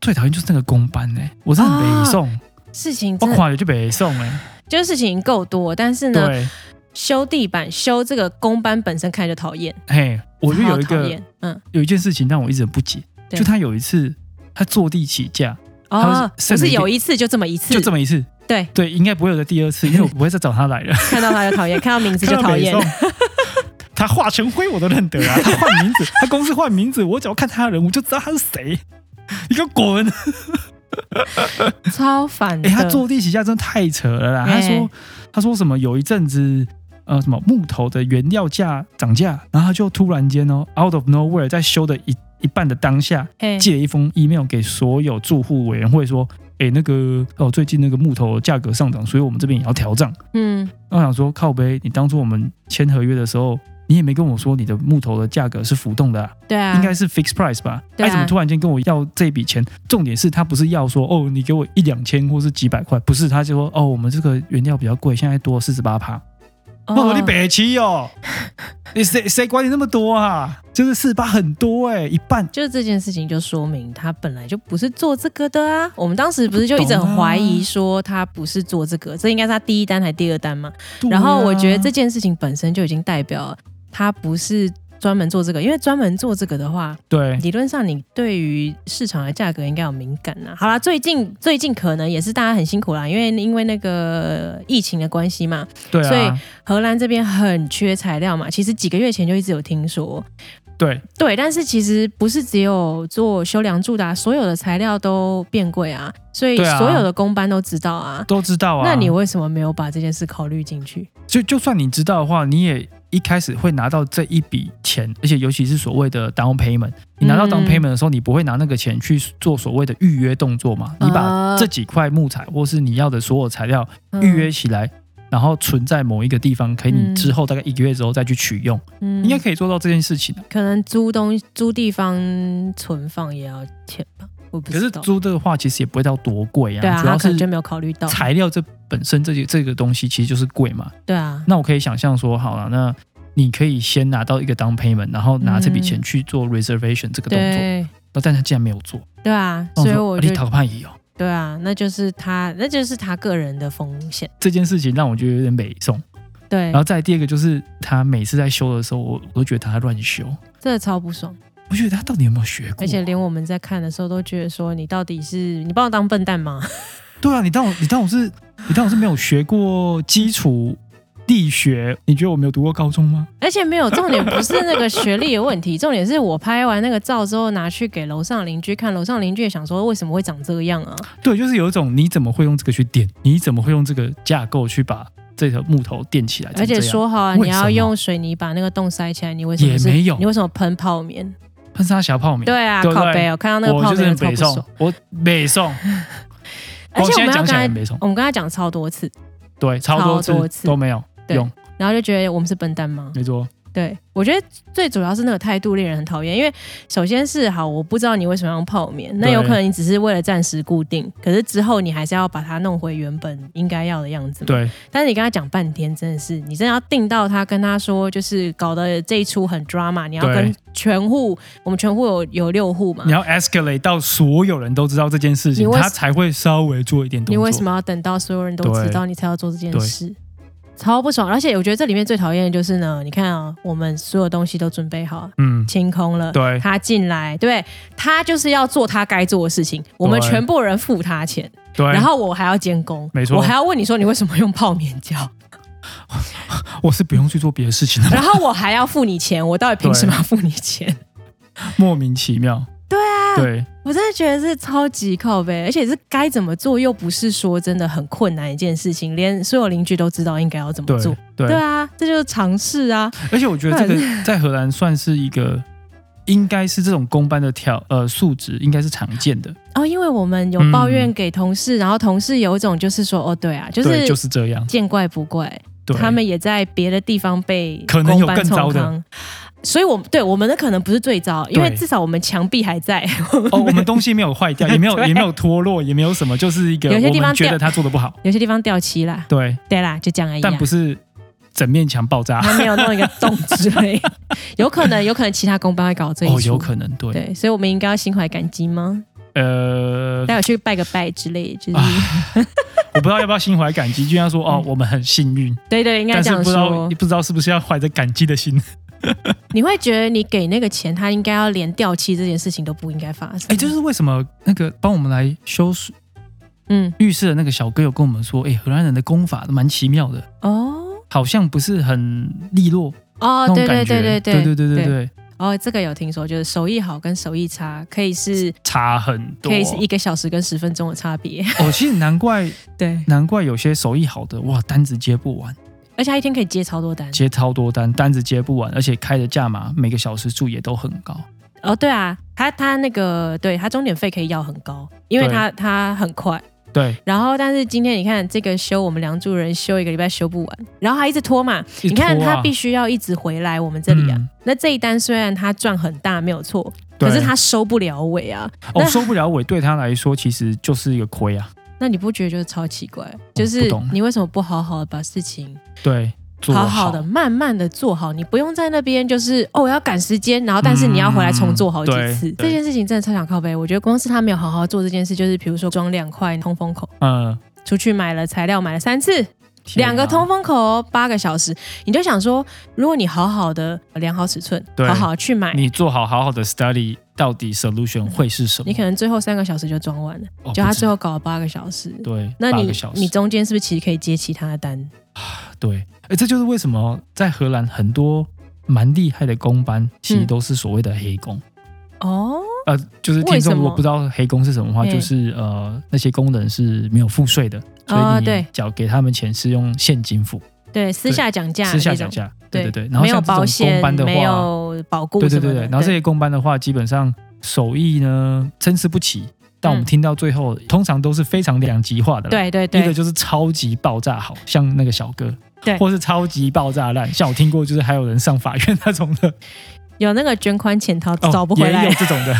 [SPEAKER 1] 最讨厌就是那个公班哎、我真的很北宋，
[SPEAKER 2] 事情
[SPEAKER 1] 我
[SPEAKER 2] 真的
[SPEAKER 1] 垮了就北宋哎，
[SPEAKER 2] 就是事情够多，但是呢，
[SPEAKER 1] 对，
[SPEAKER 2] 修地板、修这个工班本身看着就讨厌，
[SPEAKER 1] 嘿，我就有一
[SPEAKER 2] 超讨
[SPEAKER 1] 个
[SPEAKER 2] 厌，嗯，
[SPEAKER 1] 有一件事情让我一直很不解，
[SPEAKER 2] 对
[SPEAKER 1] 就他有一次他坐地起价，
[SPEAKER 2] 哦，
[SPEAKER 1] 剩
[SPEAKER 2] 不
[SPEAKER 1] 了一
[SPEAKER 2] 是
[SPEAKER 1] 点
[SPEAKER 2] 有一次就这么一次，
[SPEAKER 1] 就这么一次，
[SPEAKER 2] 对
[SPEAKER 1] 对，应该不会有的第二
[SPEAKER 2] *laughs*
[SPEAKER 1] 次，因为我不会再找他来了，
[SPEAKER 2] 看到他就讨厌，看到名字
[SPEAKER 1] *laughs*
[SPEAKER 2] 就
[SPEAKER 1] 看到
[SPEAKER 2] 讨
[SPEAKER 1] 北
[SPEAKER 2] 厌
[SPEAKER 1] 宋，他化成灰我都认得啊，他换名字， *laughs* 他公司换名字，我只要看他的人，我就知道他是谁。你给我滚！
[SPEAKER 2] 超烦的。
[SPEAKER 1] 哎、他坐地起价真的太扯了啦！他
[SPEAKER 2] 哎
[SPEAKER 1] 说，他说什么有一阵子，呃，什么木头的原料价涨价，然后他就突然间哦，out of nowhere，在修的一一半的当下，
[SPEAKER 2] 哎
[SPEAKER 1] 寄了一封 email 给所有住户委员会说，哎、那个哦，最近那个木头价格上涨，所以我们这边也要调涨。
[SPEAKER 2] 嗯，
[SPEAKER 1] 那我想说，靠呗，你当初我们签合约的时候，你也没跟我说你的木头的价格是浮动的、啊，
[SPEAKER 2] 对啊，
[SPEAKER 1] 应该是 fixed price 吧？
[SPEAKER 2] 对啊
[SPEAKER 1] 哎，怎么突然间跟我要这笔钱？重点是他不是要说哦，你给我一两千或是几百块，不是，他就说哦，我们这个原料比较贵，现在多四十八趴。哦，你北七哦， *laughs* 你谁谁管你那么多啊？就是四十八很多哎、一半。
[SPEAKER 2] 就是这件事情就说明他本来就不是做这个的啊。我们当时不是就一直
[SPEAKER 1] 啊
[SPEAKER 2] 很怀疑说他不是做这个，这应该是他第一单还第二单嘛。
[SPEAKER 1] 对啊
[SPEAKER 2] 然后我觉得这件事情本身就已经代表他不是专门做这个，因为专门做这个的话，
[SPEAKER 1] 对
[SPEAKER 2] 理论上你对于市场的价格应该有敏感啊呐、好啦，最近最近可能也是大家很辛苦啦，因为因为那个疫情的关系嘛，
[SPEAKER 1] 对
[SPEAKER 2] 所以
[SPEAKER 1] 啊，
[SPEAKER 2] 荷兰这边很缺材料嘛。其实几个月前就一直有听说，
[SPEAKER 1] 对
[SPEAKER 2] 对，但是其实不是只有做修梁柱的、啊，所有的材料都变贵啊，所以
[SPEAKER 1] 对啊
[SPEAKER 2] 所有的工班都知道啊。
[SPEAKER 1] 都知道啊。
[SPEAKER 2] 那你为什么没有把这件事考虑进去？
[SPEAKER 1] 就就算你知道的话，你也一开始会拿到这一笔钱，而且尤其是所谓的 down payment。你拿到 down
[SPEAKER 2] 嗯
[SPEAKER 1] payment 的时候，你不会拿那个钱去做所谓的预约动作嘛？你把
[SPEAKER 2] 啊
[SPEAKER 1] 这几块木材或是你要的所有材料
[SPEAKER 2] 嗯
[SPEAKER 1] 预约起来，然后存在某一个地方，可以你
[SPEAKER 2] 嗯
[SPEAKER 1] 之后大概一个月之后再去取用，
[SPEAKER 2] 嗯
[SPEAKER 1] 应该可以做到这件事情啊。
[SPEAKER 2] 可能租东租地方存放也要钱吧，我不
[SPEAKER 1] 可是
[SPEAKER 2] 知道。
[SPEAKER 1] 租的话，其实也不会到多贵
[SPEAKER 2] 对啊，
[SPEAKER 1] 主
[SPEAKER 2] 他
[SPEAKER 1] 要
[SPEAKER 2] 可
[SPEAKER 1] 是
[SPEAKER 2] 能就没有考虑到。
[SPEAKER 1] 材料这本身这些这个东西其实就是贵嘛。
[SPEAKER 2] 对啊，
[SPEAKER 1] 那我可以想象说，好了，那你可以先拿到一个 down payment，然后拿这笔钱
[SPEAKER 2] 嗯
[SPEAKER 1] 去做 reservation 这个动作，
[SPEAKER 2] 对
[SPEAKER 1] 那但他竟然没有做，
[SPEAKER 2] 对啊，
[SPEAKER 1] 那
[SPEAKER 2] 所以
[SPEAKER 1] 说
[SPEAKER 2] 我
[SPEAKER 1] 啊
[SPEAKER 2] 就
[SPEAKER 1] 你讨个怕也有
[SPEAKER 2] 对啊，那就是他，那就是他个人的风险。
[SPEAKER 1] 这件事情让我觉得有点美送，
[SPEAKER 2] 对
[SPEAKER 1] 然，后再第二个就是他每次在修的时候，我我都觉得他在乱修，
[SPEAKER 2] 真的超不爽。
[SPEAKER 1] 我觉得他到底有没有学过？
[SPEAKER 2] 而且连我们在看的时候都觉得说，你到底是你把我当笨蛋吗？ *laughs*
[SPEAKER 1] 对啊，你当我你当我是你当我是没有学过基础力学，你觉得我没有读过高中吗？
[SPEAKER 2] 而且没有重点，不是那个学历的问题，重点是我拍完那个照之后拿去给楼上邻居看，楼上邻居也想说为什么会长这样啊？
[SPEAKER 1] 对，就是有一种你怎么会用这个去垫？你怎么会用这个架构去把这条木头垫起来？
[SPEAKER 2] 而且
[SPEAKER 1] 成这样
[SPEAKER 2] 说好啊，
[SPEAKER 1] 为
[SPEAKER 2] 你
[SPEAKER 1] 什么
[SPEAKER 2] 要用水泥把那个洞塞起来，你为什么
[SPEAKER 1] 也
[SPEAKER 2] 是
[SPEAKER 1] 没有
[SPEAKER 2] 你为什么喷泡棉？
[SPEAKER 1] 喷砂小泡棉，
[SPEAKER 2] 对啊，
[SPEAKER 1] 对不对
[SPEAKER 2] 靠背哦，看到那个
[SPEAKER 1] 我
[SPEAKER 2] 泡
[SPEAKER 1] 就是
[SPEAKER 2] 棉
[SPEAKER 1] 很北
[SPEAKER 2] 就超不爽
[SPEAKER 1] 宋。，我北宋，
[SPEAKER 2] 而且我
[SPEAKER 1] 现
[SPEAKER 2] 们
[SPEAKER 1] 在讲
[SPEAKER 2] 要跟
[SPEAKER 1] 起来
[SPEAKER 2] 他
[SPEAKER 1] 很，北宋，
[SPEAKER 2] 我们跟他讲超多次，
[SPEAKER 1] 对，超
[SPEAKER 2] 超
[SPEAKER 1] 多
[SPEAKER 2] 多
[SPEAKER 1] 次
[SPEAKER 2] 次
[SPEAKER 1] 都没有
[SPEAKER 2] 对
[SPEAKER 1] 用，
[SPEAKER 2] 然后就觉得我们是笨蛋吗？
[SPEAKER 1] 没错，
[SPEAKER 2] 对，我觉得最主要是那个态度令人很讨厌，因为首先是好，我不知道你为什么要用泡棉，那
[SPEAKER 1] 对
[SPEAKER 2] 有可能你只是为了暂时固定，可是之后你还是要把它弄回原本应该要的样子嘛。
[SPEAKER 1] 对，
[SPEAKER 2] 但是你跟他讲半天，真的是你真的要定到他跟他说，就是搞得这一出很 drama，你要
[SPEAKER 1] 对
[SPEAKER 2] 跟全户，我们全户有有六户嘛
[SPEAKER 1] 你，要 escalate 到所有人都知道这件事
[SPEAKER 2] 你
[SPEAKER 1] 情，
[SPEAKER 2] 为
[SPEAKER 1] 他才会稍微做一点动
[SPEAKER 2] 你
[SPEAKER 1] 作。
[SPEAKER 2] 为什么要等到所有人都知道你才要做这件
[SPEAKER 1] 对
[SPEAKER 2] 事？超不爽！而且我觉得这里面最讨厌的就是呢，你看啊、我们所有东西都准备好了，
[SPEAKER 1] 嗯，
[SPEAKER 2] 清空了，
[SPEAKER 1] 对
[SPEAKER 2] 他进来，对他就是要做他该做的事情，我们
[SPEAKER 1] 对
[SPEAKER 2] 全部人付他钱，
[SPEAKER 1] 对。
[SPEAKER 2] 然后我还要监工，
[SPEAKER 1] 没错
[SPEAKER 2] 我还要问你说你为什么用泡棉
[SPEAKER 1] *laughs*
[SPEAKER 2] 胶，
[SPEAKER 1] 我是不用去做别的事情的，
[SPEAKER 2] 然后我还要付你钱，我到底凭什么要付你钱？
[SPEAKER 1] 莫名其妙。对啊，
[SPEAKER 2] 我真的觉得是超级靠背，而且是该怎么做，又不是说真的很困难一件事情，连所有邻居都知道应该要怎么
[SPEAKER 1] 对
[SPEAKER 2] 做
[SPEAKER 1] 对，对
[SPEAKER 2] 对啊，这就是尝试啊，
[SPEAKER 1] 而且我觉得这个在荷兰算是一个，应该是这种公班的条呃素质应该是常见的，
[SPEAKER 2] 哦，因为我们
[SPEAKER 1] 嗯
[SPEAKER 2] 有抱怨给同事，然后同事有一种就是说，哦，对啊，就
[SPEAKER 1] 对，
[SPEAKER 2] 是
[SPEAKER 1] 就是这样。
[SPEAKER 2] 见怪不怪，
[SPEAKER 1] 对，
[SPEAKER 2] 他们也在别的地方被
[SPEAKER 1] 可能有更糟的
[SPEAKER 2] 公班冲康，所以我们对我们的可能不是最糟，因为
[SPEAKER 1] 对
[SPEAKER 2] 至少我们墙壁还在，
[SPEAKER 1] 哦，我们东西没有坏掉，也没有
[SPEAKER 2] *laughs* 对
[SPEAKER 1] 也没有脱落，也没有什么，就是一个
[SPEAKER 2] 有些
[SPEAKER 1] 我
[SPEAKER 2] 地方
[SPEAKER 1] 们觉
[SPEAKER 2] 掉
[SPEAKER 1] 得他做的不好，
[SPEAKER 2] 有些地方掉漆啦，
[SPEAKER 1] 对，
[SPEAKER 2] 对啦，就这样而已、啊
[SPEAKER 1] 但。不是整面墙爆炸。
[SPEAKER 2] 他没有弄一个洞之类，有可能，有可能其他公班会搞这一出，
[SPEAKER 1] 哦，有可能，对，
[SPEAKER 2] 对，所以我们应该要心怀感激吗？
[SPEAKER 1] 呃，
[SPEAKER 2] 待会去拜个拜之类，就是、
[SPEAKER 1] 我不知道要不要心怀感激，就像说哦，我们很幸运，
[SPEAKER 2] 对对，应该
[SPEAKER 1] 但
[SPEAKER 2] 这
[SPEAKER 1] 是不
[SPEAKER 2] 样
[SPEAKER 1] 知道
[SPEAKER 2] 说
[SPEAKER 1] 不。知道是不是要怀着感激的心。
[SPEAKER 2] 你会觉得你给那个钱，他应该要连掉漆这件事情都不应该发生。
[SPEAKER 1] 哎，就是为什么那个帮我们来修
[SPEAKER 2] 嗯
[SPEAKER 1] 浴室的那个小哥有跟我们说，哎，荷兰人的功法都蛮奇妙的，
[SPEAKER 2] 哦
[SPEAKER 1] 好像不是很利落那，
[SPEAKER 2] 哦
[SPEAKER 1] 种
[SPEAKER 2] 对
[SPEAKER 1] 感
[SPEAKER 2] 对
[SPEAKER 1] 觉。
[SPEAKER 2] 对对
[SPEAKER 1] 对对对对对，
[SPEAKER 2] 哦，这个有听说，就是手艺好跟手艺差可以是
[SPEAKER 1] 差很多
[SPEAKER 2] 可。以是一个小时跟十分钟的差别。 *laughs*
[SPEAKER 1] 哦，其实难怪
[SPEAKER 2] 对，
[SPEAKER 1] 难怪有些手艺好的，哇，单子接不完，
[SPEAKER 2] 而且他一天可以接超多单。
[SPEAKER 1] 接超多单，单子接不完，而且开的价码每个小时数也都很高。
[SPEAKER 2] 哦，对啊，他他那个对他钟点费可以要很高，因为
[SPEAKER 1] 对
[SPEAKER 2] 他他很快。
[SPEAKER 1] 对，
[SPEAKER 2] 然后，但是今天你看这个修，我们梁祝人修一个礼拜修不完，然后还一直拖嘛。
[SPEAKER 1] 一
[SPEAKER 2] 你看
[SPEAKER 1] 拖
[SPEAKER 2] 他
[SPEAKER 1] 啊
[SPEAKER 2] 必须要一直回来我们这里啊。
[SPEAKER 1] 嗯
[SPEAKER 2] 那这一单虽然他赚很大没有错，
[SPEAKER 1] 对
[SPEAKER 2] 可是他收不了尾啊。
[SPEAKER 1] 哦
[SPEAKER 2] 那
[SPEAKER 1] 收不了尾，对他来说其实就是一个亏啊。
[SPEAKER 2] 那你不觉得就是超奇怪？就是
[SPEAKER 1] 哦不懂
[SPEAKER 2] 你为什么不好好的把事情
[SPEAKER 1] 对，做
[SPEAKER 2] 好好的、慢慢的做好？你不用在那边就是哦我要赶时间，然后但是你要回来重做好几
[SPEAKER 1] 嗯对
[SPEAKER 2] 次。
[SPEAKER 1] 对
[SPEAKER 2] 这件事情真的超想靠背。我觉得光是他没有好好做这件事，就是比如说装两块通风口，
[SPEAKER 1] 嗯，
[SPEAKER 2] 出去买了材料买了三次，
[SPEAKER 1] 天啊
[SPEAKER 2] 两个通风口哦八个小时，你就想说，如果你好好的量好尺寸，
[SPEAKER 1] 对
[SPEAKER 2] 好好去买，
[SPEAKER 1] 你做好好好的 study，到底 solution 会是什么？
[SPEAKER 2] 你可能最后三个小时就装完了，
[SPEAKER 1] 哦
[SPEAKER 2] 就
[SPEAKER 1] 不
[SPEAKER 2] 他
[SPEAKER 1] 止
[SPEAKER 2] 最后搞了八个小时。
[SPEAKER 1] 对，
[SPEAKER 2] 那
[SPEAKER 1] 八
[SPEAKER 2] 你
[SPEAKER 1] 个小时
[SPEAKER 2] 你中间是不是其实可以接其他的单？
[SPEAKER 1] 对，哎，这就是为什么在荷兰很多蛮厉害的工班，其实
[SPEAKER 2] 嗯
[SPEAKER 1] 都是所谓的黑工。
[SPEAKER 2] 哦，
[SPEAKER 1] 呃，就是听
[SPEAKER 2] 为什
[SPEAKER 1] 众
[SPEAKER 2] 么
[SPEAKER 1] 如果不知道黑工是什么的话，
[SPEAKER 2] 嗯
[SPEAKER 1] 就是呃那些工人是没有付税的，
[SPEAKER 2] 哦
[SPEAKER 1] 所以
[SPEAKER 2] 对
[SPEAKER 1] 你缴给他们钱是用现金付，
[SPEAKER 2] 对，私下讲价，
[SPEAKER 1] 私下讲，价，对对
[SPEAKER 2] 对
[SPEAKER 1] 对。然后
[SPEAKER 2] 没有
[SPEAKER 1] 像这
[SPEAKER 2] 保
[SPEAKER 1] 种
[SPEAKER 2] 险
[SPEAKER 1] 公班，的
[SPEAKER 2] 没
[SPEAKER 1] 话，
[SPEAKER 2] 有保固
[SPEAKER 1] 对
[SPEAKER 2] 什
[SPEAKER 1] 对
[SPEAKER 2] 么的，
[SPEAKER 1] 对对，然后这些公班的话，基本上手艺呢参差不齐，但我们
[SPEAKER 2] 嗯
[SPEAKER 1] 听到最后，通常都是非常两极化的啦。
[SPEAKER 2] 对对
[SPEAKER 1] 一个
[SPEAKER 2] 对
[SPEAKER 1] 就是超级爆炸好，像那个小哥，
[SPEAKER 2] 对
[SPEAKER 1] 或是超级爆炸烂，像我听过，就是还有人上法院那种的，
[SPEAKER 2] 有那个卷款潜逃
[SPEAKER 1] 哦
[SPEAKER 2] 找不回
[SPEAKER 1] 也
[SPEAKER 2] 来 *laughs*
[SPEAKER 1] 有，这种的。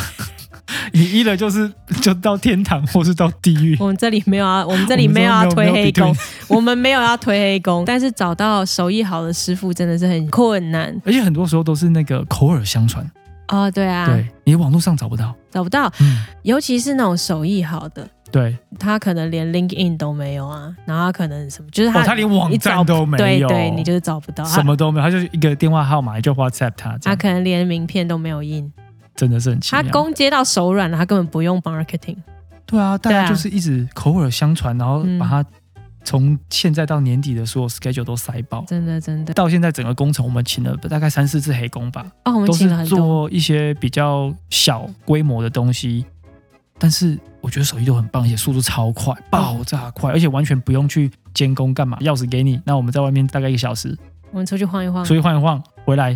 [SPEAKER 1] 你一了就是就到天堂，或是到地狱。
[SPEAKER 2] 我们这里没
[SPEAKER 1] *laughs*
[SPEAKER 2] 有啊，我们这
[SPEAKER 1] 这
[SPEAKER 2] 里没有要推黑工，
[SPEAKER 1] ，between
[SPEAKER 2] *laughs* 我们没有要推黑工，但是找到手艺好的师傅真的是很困难
[SPEAKER 1] 而且很多时候都是那个口耳相传，
[SPEAKER 2] 哦。对啊，
[SPEAKER 1] 对你网络上找不到。
[SPEAKER 2] 找不到，
[SPEAKER 1] 嗯，
[SPEAKER 2] 尤其是那种手艺好的，
[SPEAKER 1] 对，
[SPEAKER 2] 他可能连 LinkedIn 都没有啊，然后他可能什么，就是他、
[SPEAKER 1] 哦，他连网
[SPEAKER 2] 你找
[SPEAKER 1] 站
[SPEAKER 2] 不
[SPEAKER 1] 都没
[SPEAKER 2] 对
[SPEAKER 1] 有，
[SPEAKER 2] 对，你就是找不到
[SPEAKER 1] 什
[SPEAKER 2] 他，
[SPEAKER 1] 么都没有，他就是一个电话号码就 WhatsApp 他，这
[SPEAKER 2] 他
[SPEAKER 1] 样
[SPEAKER 2] 可能连名片都没有印，
[SPEAKER 1] 真的是啊很奇
[SPEAKER 2] 他
[SPEAKER 1] 妙。
[SPEAKER 2] 攻接到手软了，他根本不用 marketing。
[SPEAKER 1] 对啊，大
[SPEAKER 2] 对啊
[SPEAKER 1] 家就是一直口耳相传，然后
[SPEAKER 2] 嗯
[SPEAKER 1] 把他从现在到年底的所有 schedule 都塞爆。
[SPEAKER 2] 真的真的
[SPEAKER 1] 到现在整个工程，我们请了大概三四次黑工吧，
[SPEAKER 2] 哦，我们
[SPEAKER 1] 都
[SPEAKER 2] 请了
[SPEAKER 1] 是
[SPEAKER 2] 很多，
[SPEAKER 1] 做一些比较小规模的东西，但是我觉得手艺都很棒，而且速度超快，爆炸快，而且完全不用去监工干嘛，钥匙给你，那我们在外面大概一个小时，
[SPEAKER 2] 我们出去晃一晃。
[SPEAKER 1] 所以晃一晃回来，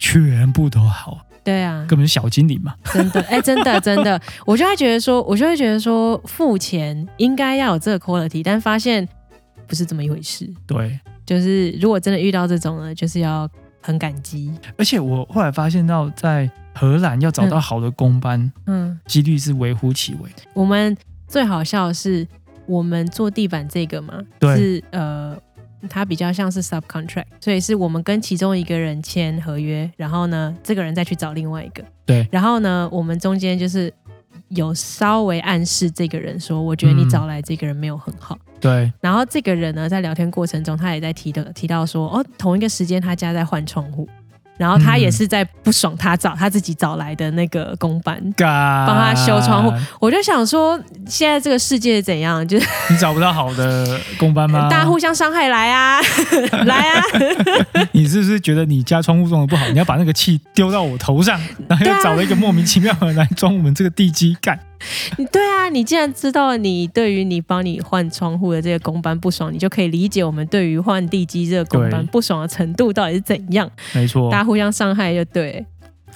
[SPEAKER 1] 全部都好，
[SPEAKER 2] 对啊，
[SPEAKER 1] 根本是小精灵嘛。
[SPEAKER 2] 真的，哎，真
[SPEAKER 1] *laughs*
[SPEAKER 2] 的真的，我就会觉得说，我就会觉得说，付钱应该要有这个 quality，但发现不是这么一回事。
[SPEAKER 1] 对，
[SPEAKER 2] 就是如果真的遇到这种呢，就是要很感激。
[SPEAKER 1] 而且我后来发现到，在荷兰要找到好的工班，
[SPEAKER 2] 嗯，
[SPEAKER 1] 几率是微乎其微。
[SPEAKER 2] 我们最好笑的是，我们做地板这个嘛，
[SPEAKER 1] 对
[SPEAKER 2] 是呃，它比较像是 subcontract，所以是我们跟其中一个人签合约，然后呢，这个人再去找另外一个，
[SPEAKER 1] 对
[SPEAKER 2] 然后呢，我们中间就是有稍微暗示这个人说，我觉得你
[SPEAKER 1] 嗯
[SPEAKER 2] 找来这个人没有很好。
[SPEAKER 1] 对，
[SPEAKER 2] 然后这个人呢，在聊天过程中，他也在提的提到说，哦，同一个时间他家在换窗户，然后他
[SPEAKER 1] 嗯
[SPEAKER 2] 也是在不爽他找他自己找来的那个工班。
[SPEAKER 1] 干
[SPEAKER 2] 帮他修窗户，我就想说，现在这个世界怎样？ *laughs* 就是
[SPEAKER 1] 你找不到好的工班吗？
[SPEAKER 2] *laughs* 大家互相伤害，来啊， *laughs* 来
[SPEAKER 1] *laughs*
[SPEAKER 2] 啊！
[SPEAKER 1] 你是不是觉得你家窗户装的不好？你要把那个气丢到我头
[SPEAKER 2] *laughs*
[SPEAKER 1] 上，然后又找了一个莫名其妙的人来装我们这个地基干？
[SPEAKER 2] 你对啊，你既然知道你对于你帮你换窗户的这个工班不爽，你就可以理解我们对于换地基这个工班
[SPEAKER 1] 对
[SPEAKER 2] 不爽的程度到底是怎样。
[SPEAKER 1] 没错
[SPEAKER 2] 啊大。家互相伤害就对，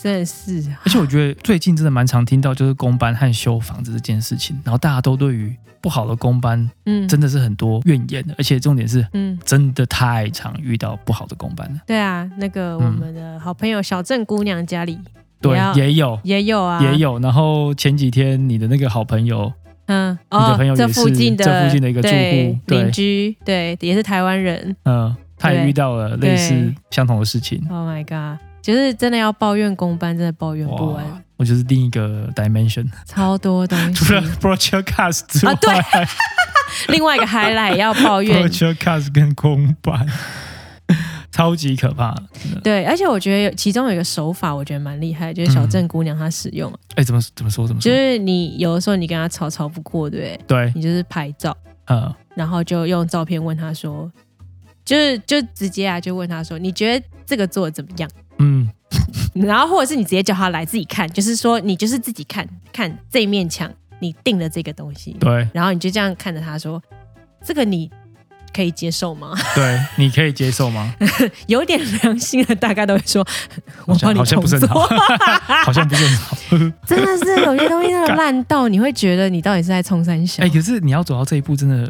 [SPEAKER 2] 真的是
[SPEAKER 1] 而且我觉得最近真的蛮常听到就是公班和修房子这件事情，然后大家都对于不好的公班
[SPEAKER 2] 嗯
[SPEAKER 1] 真的是很多怨言，而且重点是
[SPEAKER 2] 嗯，
[SPEAKER 1] 真的太常遇到不好的公班了。
[SPEAKER 2] 对啊，那个我们的好朋友小郑姑娘家里
[SPEAKER 1] 对
[SPEAKER 2] 也，要
[SPEAKER 1] 也有
[SPEAKER 2] 也有啊，
[SPEAKER 1] 也，有。然后前几天你的那个好朋友，
[SPEAKER 2] 嗯，
[SPEAKER 1] 你的
[SPEAKER 2] 哦
[SPEAKER 1] 朋友，也
[SPEAKER 2] 这
[SPEAKER 1] 是
[SPEAKER 2] 附近的
[SPEAKER 1] 这附近的一个住户
[SPEAKER 2] 对
[SPEAKER 1] 对
[SPEAKER 2] 邻居，对，也是台湾人。
[SPEAKER 1] 嗯，他也
[SPEAKER 2] 对
[SPEAKER 1] 遇到了类似
[SPEAKER 2] 对
[SPEAKER 1] 相同的事情。
[SPEAKER 2] Oh my god！就是真的要抱怨公班，真的抱怨不完，，
[SPEAKER 1] 我就是另一个 dimension。
[SPEAKER 2] 超多东西。
[SPEAKER 1] 除了 broadcast 之外，
[SPEAKER 2] 啊对 *laughs* 另外一个 highlight 要
[SPEAKER 1] *laughs*
[SPEAKER 2] 抱怨，
[SPEAKER 1] broadcast 跟公版，超级可怕。真的
[SPEAKER 2] 对，而且我觉得有其中有一个手法，我觉得蛮厉害，
[SPEAKER 1] 嗯
[SPEAKER 2] 就是小郑姑娘她使用，啊
[SPEAKER 1] 哎，怎么怎么说怎么
[SPEAKER 2] 就
[SPEAKER 1] 说？
[SPEAKER 2] 是你有的时候你跟她吵吵不过，对不对，
[SPEAKER 1] 对，
[SPEAKER 2] 你就是拍照，
[SPEAKER 1] 呃，
[SPEAKER 2] 然后就用照片问她说，就是就直接啊，就问她说，你觉得这个做的怎么样？ *laughs*
[SPEAKER 1] 嗯，
[SPEAKER 2] 然后或者是你直接叫她来自己看，就是说你就是自己看看这面墙，你定了这个东西，
[SPEAKER 1] 对
[SPEAKER 2] 然后你就这样看着她说，这个你可以接受吗？ *laughs*
[SPEAKER 1] 对，你可以接受吗？
[SPEAKER 2] 有点良心的大概都会说， *laughs* 我
[SPEAKER 1] 好像
[SPEAKER 2] 帮你
[SPEAKER 1] 好像
[SPEAKER 2] 重
[SPEAKER 1] 不是很
[SPEAKER 2] 做
[SPEAKER 1] 好。 *laughs* 好像不是很好。
[SPEAKER 2] *laughs* 真的是有些东西真的烂到你会觉得你到底是在冲三小。
[SPEAKER 1] 哎，可是你要走到这一步，真的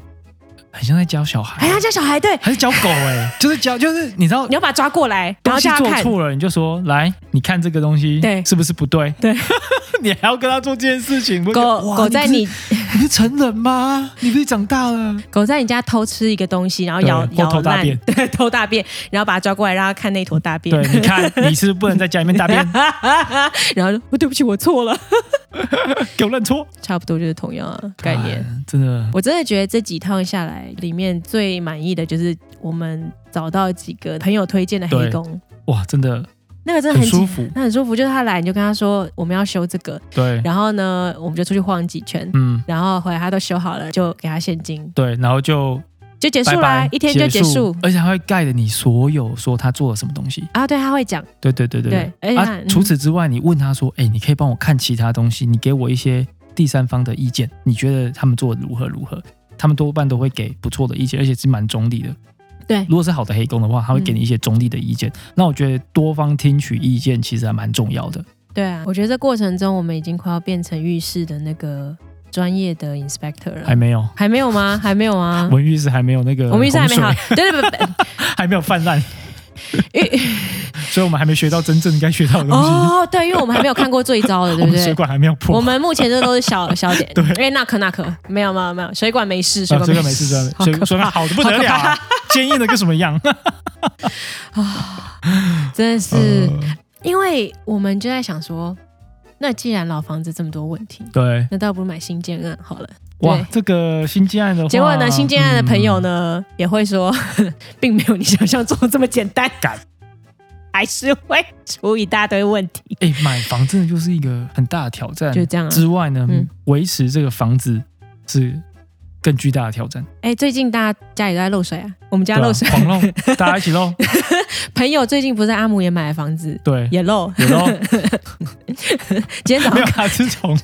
[SPEAKER 1] 很像在教小孩
[SPEAKER 2] 哎，他，家小孩对，
[SPEAKER 1] 还是教狗？
[SPEAKER 2] *laughs*
[SPEAKER 1] 哎，就是教，就是你知道
[SPEAKER 2] 你。要把他抓过来，然
[SPEAKER 1] 东
[SPEAKER 2] 后
[SPEAKER 1] 西
[SPEAKER 2] 叫
[SPEAKER 1] 做
[SPEAKER 2] 他看。
[SPEAKER 1] 错了，你就说来，你看这个东西，
[SPEAKER 2] 对
[SPEAKER 1] 是不是不对？
[SPEAKER 2] 对，
[SPEAKER 1] *laughs* 你还要跟他做这件事情，我就觉得
[SPEAKER 2] 狗
[SPEAKER 1] 哇
[SPEAKER 2] 狗在
[SPEAKER 1] 不是
[SPEAKER 2] 你
[SPEAKER 1] 你是成人吗？你不是长大了？
[SPEAKER 2] 狗在你家偷吃一个东西，然后
[SPEAKER 1] 对
[SPEAKER 2] 咬
[SPEAKER 1] 或
[SPEAKER 2] 咬
[SPEAKER 1] 偷大
[SPEAKER 2] 烂
[SPEAKER 1] 便，
[SPEAKER 2] 对，偷大便，然后把他抓过来，让他看那坨大便。
[SPEAKER 1] 对，你看，你是不是不能在家里面大便，
[SPEAKER 2] *laughs* 然后就哦对不起，我错了， *laughs*
[SPEAKER 1] 给我认错。
[SPEAKER 2] 差不多就是同样的概念。
[SPEAKER 1] 哎真的，
[SPEAKER 2] 我真的觉得这几趟下来，里面最满意的就是我们找到几个朋友推荐的黑
[SPEAKER 1] 对
[SPEAKER 2] 工，
[SPEAKER 1] 哇，真的
[SPEAKER 2] 那个真的
[SPEAKER 1] 很
[SPEAKER 2] 很
[SPEAKER 1] 舒
[SPEAKER 2] 简
[SPEAKER 1] 服。
[SPEAKER 2] 那很舒服，就是他来你就跟他说我们要修这个，
[SPEAKER 1] 对，
[SPEAKER 2] 然后呢，我们就出去晃几圈，
[SPEAKER 1] 嗯，
[SPEAKER 2] 然后回来他都修好了，就给他现金，
[SPEAKER 1] 对，然后就
[SPEAKER 2] 就结束
[SPEAKER 1] 拜
[SPEAKER 2] 啦，
[SPEAKER 1] 拜，
[SPEAKER 2] 一天就结束。
[SPEAKER 1] 而且他会盖的你所有说他做了什么东西。
[SPEAKER 2] 啊，对，他会讲，
[SPEAKER 1] 对对对对
[SPEAKER 2] 对。而且他
[SPEAKER 1] 啊，
[SPEAKER 2] 嗯
[SPEAKER 1] 除此之外，你问他说，哎，你可以帮我看其他东西，你给我一些第三方的意见，你觉得他们做的如何如何？他们多半都会给不错的意见，而且是蛮中立的。
[SPEAKER 2] 对嗯
[SPEAKER 1] 如果是好的黑工的话，他会给你一些中立的意见。那我觉得多方听取意见其实还蛮重要的。
[SPEAKER 2] 对啊，我觉得这过程中我们已经快要变成浴室的那个专业的 inspector 了，
[SPEAKER 1] 还呃没有，
[SPEAKER 2] 还没有
[SPEAKER 1] *laughs*
[SPEAKER 2] 吗？还没有吗？
[SPEAKER 1] 文浴室还没有那个，
[SPEAKER 2] 嗯我们浴室还没好
[SPEAKER 1] 洪水，
[SPEAKER 2] 对对对对，
[SPEAKER 1] *laughs* 还没有泛滥，
[SPEAKER 2] 浴
[SPEAKER 1] 所以我们还没学到真正该学到的东西。
[SPEAKER 2] 哦，对，因为我们还没有看过最糟的，
[SPEAKER 1] *laughs*
[SPEAKER 2] 对
[SPEAKER 1] 我
[SPEAKER 2] 不
[SPEAKER 1] 们水
[SPEAKER 2] 对？
[SPEAKER 1] 管还没有破，
[SPEAKER 2] 我们目前这都是
[SPEAKER 1] *laughs*
[SPEAKER 2] 小小点，
[SPEAKER 1] 对
[SPEAKER 2] 哎，那可那可没有没有没有，水管没事，水
[SPEAKER 1] 啊
[SPEAKER 2] 管
[SPEAKER 1] 水管没
[SPEAKER 2] 事，
[SPEAKER 1] 事，水管没
[SPEAKER 2] 好
[SPEAKER 1] 水
[SPEAKER 2] 可
[SPEAKER 1] 水管好的不得了啊，坚硬的跟什么
[SPEAKER 2] *laughs*
[SPEAKER 1] 样？
[SPEAKER 2] 真的是。
[SPEAKER 1] 呃
[SPEAKER 2] 因为我们就在想说，那既然老房子这么多问题，
[SPEAKER 1] 对，
[SPEAKER 2] 那倒不如买新建案好了。
[SPEAKER 1] 哇
[SPEAKER 2] 对，
[SPEAKER 1] 这个新建案的话，
[SPEAKER 2] 结果呢，新建案的朋友
[SPEAKER 1] 嗯
[SPEAKER 2] 呢、也会说， *laughs* 并没有你想象中的这么简单，
[SPEAKER 1] 干
[SPEAKER 2] 还是会出一大堆问题。
[SPEAKER 1] 哎、买房真的就是一个很大的挑战。
[SPEAKER 2] 就这样啊
[SPEAKER 1] 之外呢
[SPEAKER 2] 嗯，
[SPEAKER 1] 维、持这个房子是更巨大的挑战。
[SPEAKER 2] 哎，最近大家家里都在漏水啊，我们家
[SPEAKER 1] 对啊
[SPEAKER 2] 漏水。 *laughs*
[SPEAKER 1] 狂漏，大家一起漏。
[SPEAKER 2] 朋友最近不是在阿姆也买了房子，
[SPEAKER 1] 对，
[SPEAKER 2] 也漏。
[SPEAKER 1] 有
[SPEAKER 2] *laughs*
[SPEAKER 1] 漏，
[SPEAKER 2] 今天早
[SPEAKER 1] *laughs* 没有，啊
[SPEAKER 2] 上
[SPEAKER 1] 他是
[SPEAKER 2] *laughs*
[SPEAKER 1] 从